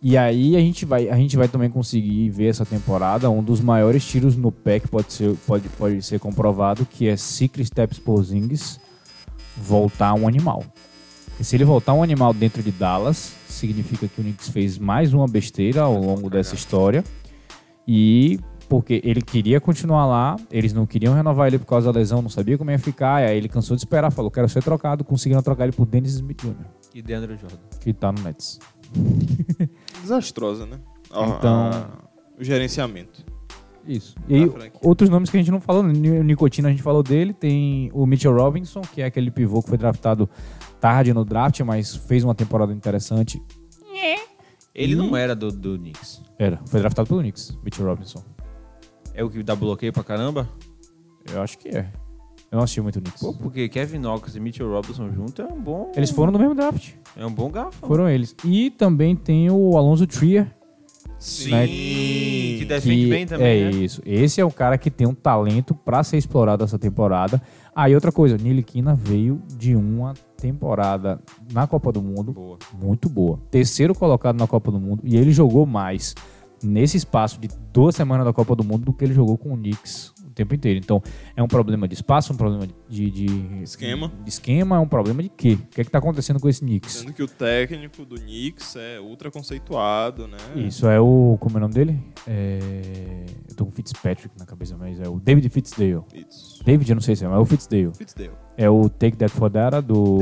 A: E aí a gente vai, a gente vai também conseguir ver essa temporada um dos maiores tiros no pé que pode ser, pode, pode ser comprovado, que é Secret Steps Porzingis voltar um animal. E se ele voltar um animal dentro de Dallas, significa que o Knicks fez mais uma besteira ao longo dessa história. E porque ele queria continuar lá, eles não queriam renovar ele por causa da lesão, não sabia como ia ficar, e aí ele cansou de esperar, falou: quero ser trocado, conseguiram trocar ele por Dennis Smith Jr.,
E: E Deandre Jordan.
A: que tá no Nets.
C: Desastrosa, né? A-
A: Então-
C: a- o gerenciamento.
A: Isso. E aí,
C: Da franquia.
A: outros nomes que a gente não falou, Ni- Nicotina a gente falou dele, tem o Mitchell Robinson, que é aquele pivô que foi draftado tarde no draft, mas fez uma temporada interessante.
E: Ele não era do, do Knicks.
A: Era, foi draftado pelo Knicks, Mitchell Robinson.
E: É o que dá bloqueio pra caramba?
A: Eu acho que é. Eu não assisti muito o Knicks.
E: Pô, porque Kevin Knox e Mitchell Robinson junto é um bom.
A: Eles foram no mesmo draft.
E: É um bom garfo.
A: Foram eles. E também tem o Alonso Trier,
E: Sim.
A: né?
E: Que defende
A: que
E: bem também.
A: é
E: né?
A: isso. Esse é o cara que tem um talento pra ser explorado essa temporada. Ah, e outra coisa, Niliquina veio de uma temporada na Copa do Mundo
E: Boa.
A: muito boa. Terceiro colocado na Copa do Mundo e ele jogou mais nesse espaço de duas semanas da Copa do Mundo do que ele jogou com o Knicks o tempo inteiro. Então, é um problema de espaço, um problema de, de-
C: Esquema.
A: de esquema, é um problema de quê? O que é que tá acontecendo com esse Knicks?
C: Sendo que o técnico do Knicks é ultra conceituado, né?
A: Isso é o. Como é o nome dele? É, eu tô com Fitzpatrick na cabeça, mas é o David Fitzdale.
C: Isso.
A: David, eu não sei se é, mas é o Fitzdale.
C: Fitzdale.
A: É o Take That for Data do.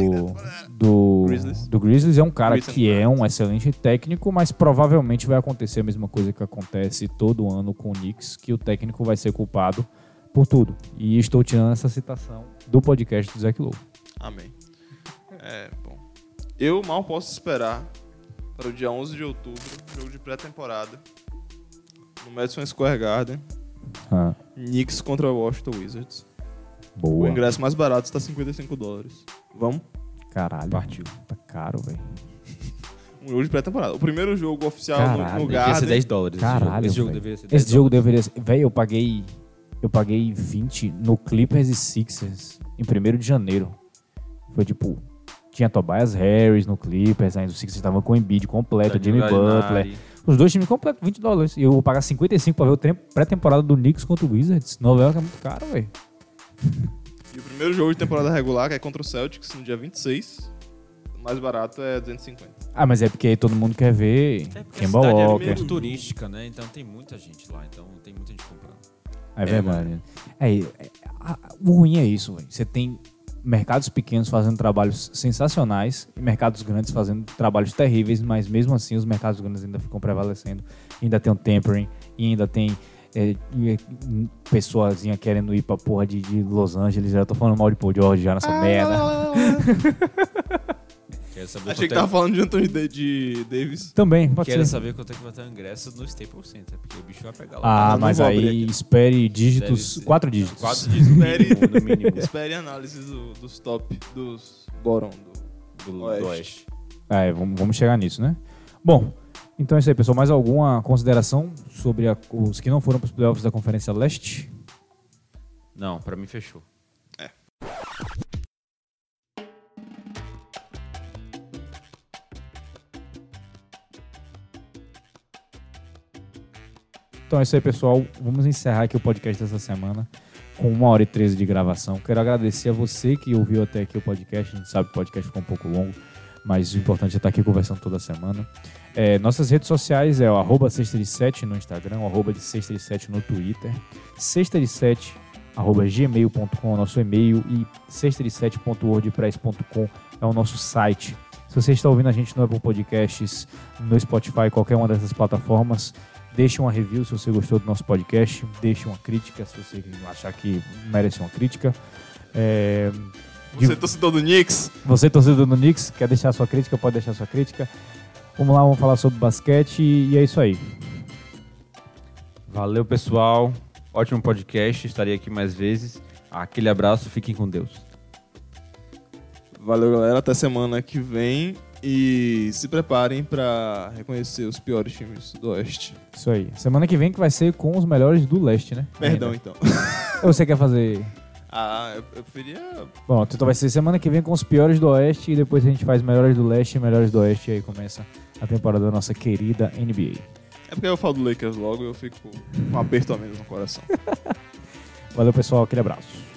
A: Do
C: Grizzlies.
A: do Grizzlies. É um cara
C: Grizzlies.
A: que é um excelente técnico, mas provavelmente vai acontecer a mesma coisa que acontece todo ano com o Knicks, que o técnico vai ser culpado por tudo. E estou tirando essa citação do podcast do Zach Lowe.
C: Amém. É, bom. Eu mal posso esperar para o dia 11 de outubro, jogo de pré-temporada, no Madison Square Garden,
A: Ah,
C: Knicks contra Washington Wizards. O
A: boa.
C: ingresso mais barato está 55 dólares. Vamos?
A: Caralho. Partiu. Tá caro, velho.
C: Um jogo de pré-temporada. O primeiro jogo oficial no-
A: Caralho.
C: no
E: Devia ser
C: Garden.
E: 10 dólares. esse jogo.
A: Caralho,
E: Esse jogo
A: velho.
E: deveria ser 10
A: Esse jogo deveria ser. Véi, eu paguei. Eu paguei 20 no Clippers e Sixers em 1 de janeiro. Foi tipo. Tinha Tobias Harris no Clippers, ainda o Sixers estavam com o Embiid completo, Jimmy Butler. Os dois times completos, 20 dólares. E eu vou pagar 55 pra ver o tre- pré-temporada do Knicks contra o Wizards. Nova York é muito caro, velho.
C: E o primeiro jogo de temporada regular que é contra o Celtics no dia 26. O mais barato é 250.
A: Ah, mas é porque aí todo mundo quer ver
E: É porque a
A: Kemba
E: cidade
A: Walker.
E: é meio turística, né? Então tem muita gente lá, então tem muita gente comprando.
A: É verdade. É, é- a- o ruim é isso, velho. Você tem mercados pequenos fazendo trabalhos sensacionais e mercados grandes fazendo trabalhos terríveis, mas mesmo assim os mercados grandes ainda ficam prevalecendo. Ainda tem o tempering, e ainda tem é, e- e- pessoazinha querendo ir pra porra de, de Los Angeles. Eu tô falando mal de Paul George já nessa
C: Ah,
A: merda.
E: Quero saber
C: Achei
E: quanto
C: que
E: é-
C: tava falando de Anthony Da- de Davis.
A: Também, pode
E: Quero
A: ser.
E: saber quanto é que vai ter o ingresso no Staples Center, é porque o bicho vai pegar lá.
A: Ah,
C: não
A: mas
C: vou abrir
A: aí
C: aqui.
A: espere dígitos,
E: Deve-
A: quatro dígitos.
E: Quatro dias no mínimo, no mínimo
C: Espere análise do- dos top, dos bottom.
E: do, do
C: do- Oeste.
E: Oeste.
A: Ah, É, vamos, vamos chegar nisso, né? Bom, então é isso aí, pessoal. Mais alguma consideração sobre a- os que não foram para os playoffs da Conferência Leste?
E: Não, pra mim fechou.
A: Então é isso aí, pessoal. Vamos encerrar aqui o podcast dessa semana. com uma hora e 13 de gravação. Quero agradecer a você que ouviu até aqui o podcast. A gente sabe que o podcast ficou um pouco longo, mas o importante é estar aqui conversando toda semana. É, nossas redes sociais é o arroba sexta de sete no Instagram, o arroba de sexta de sete no Twitter, sexta de sete arroba gmail.com, é nosso e-mail, e sexta de sete.wordpress.com é o nosso site. Se você está ouvindo a gente no Apple Podcasts, no Spotify, qualquer uma dessas plataformas, deixe uma review se você gostou do nosso podcast, deixe uma crítica se você achar que merece uma crítica. É,
C: Você é torcedor do Knicks?
A: você, torcedor do Knicks, quer deixar sua crítica, pode deixar sua crítica. Vamos lá, vamos falar sobre basquete e é isso aí.
E: Valeu, pessoal. Ótimo podcast. Estarei aqui mais vezes. Aquele abraço. Fiquem com Deus.
C: Valeu, galera. Até semana que vem. E se preparem pra reconhecer os piores times do Oeste.
A: Isso aí. Semana que vem que vai ser com os melhores do leste, né?
C: Perdão, então.
A: Ainda. Ou você quer fazer.
C: Ah, eu, eu preferia.
A: Pronto, então vai ser semana que vem com os piores do oeste e depois a gente faz melhores do leste e melhores do oeste e aí começa a temporada da nossa querida NBA.
C: É porque eu falo do Lakers logo e eu fico com um aperto a menos no coração.
A: Valeu, pessoal. Aquele abraço.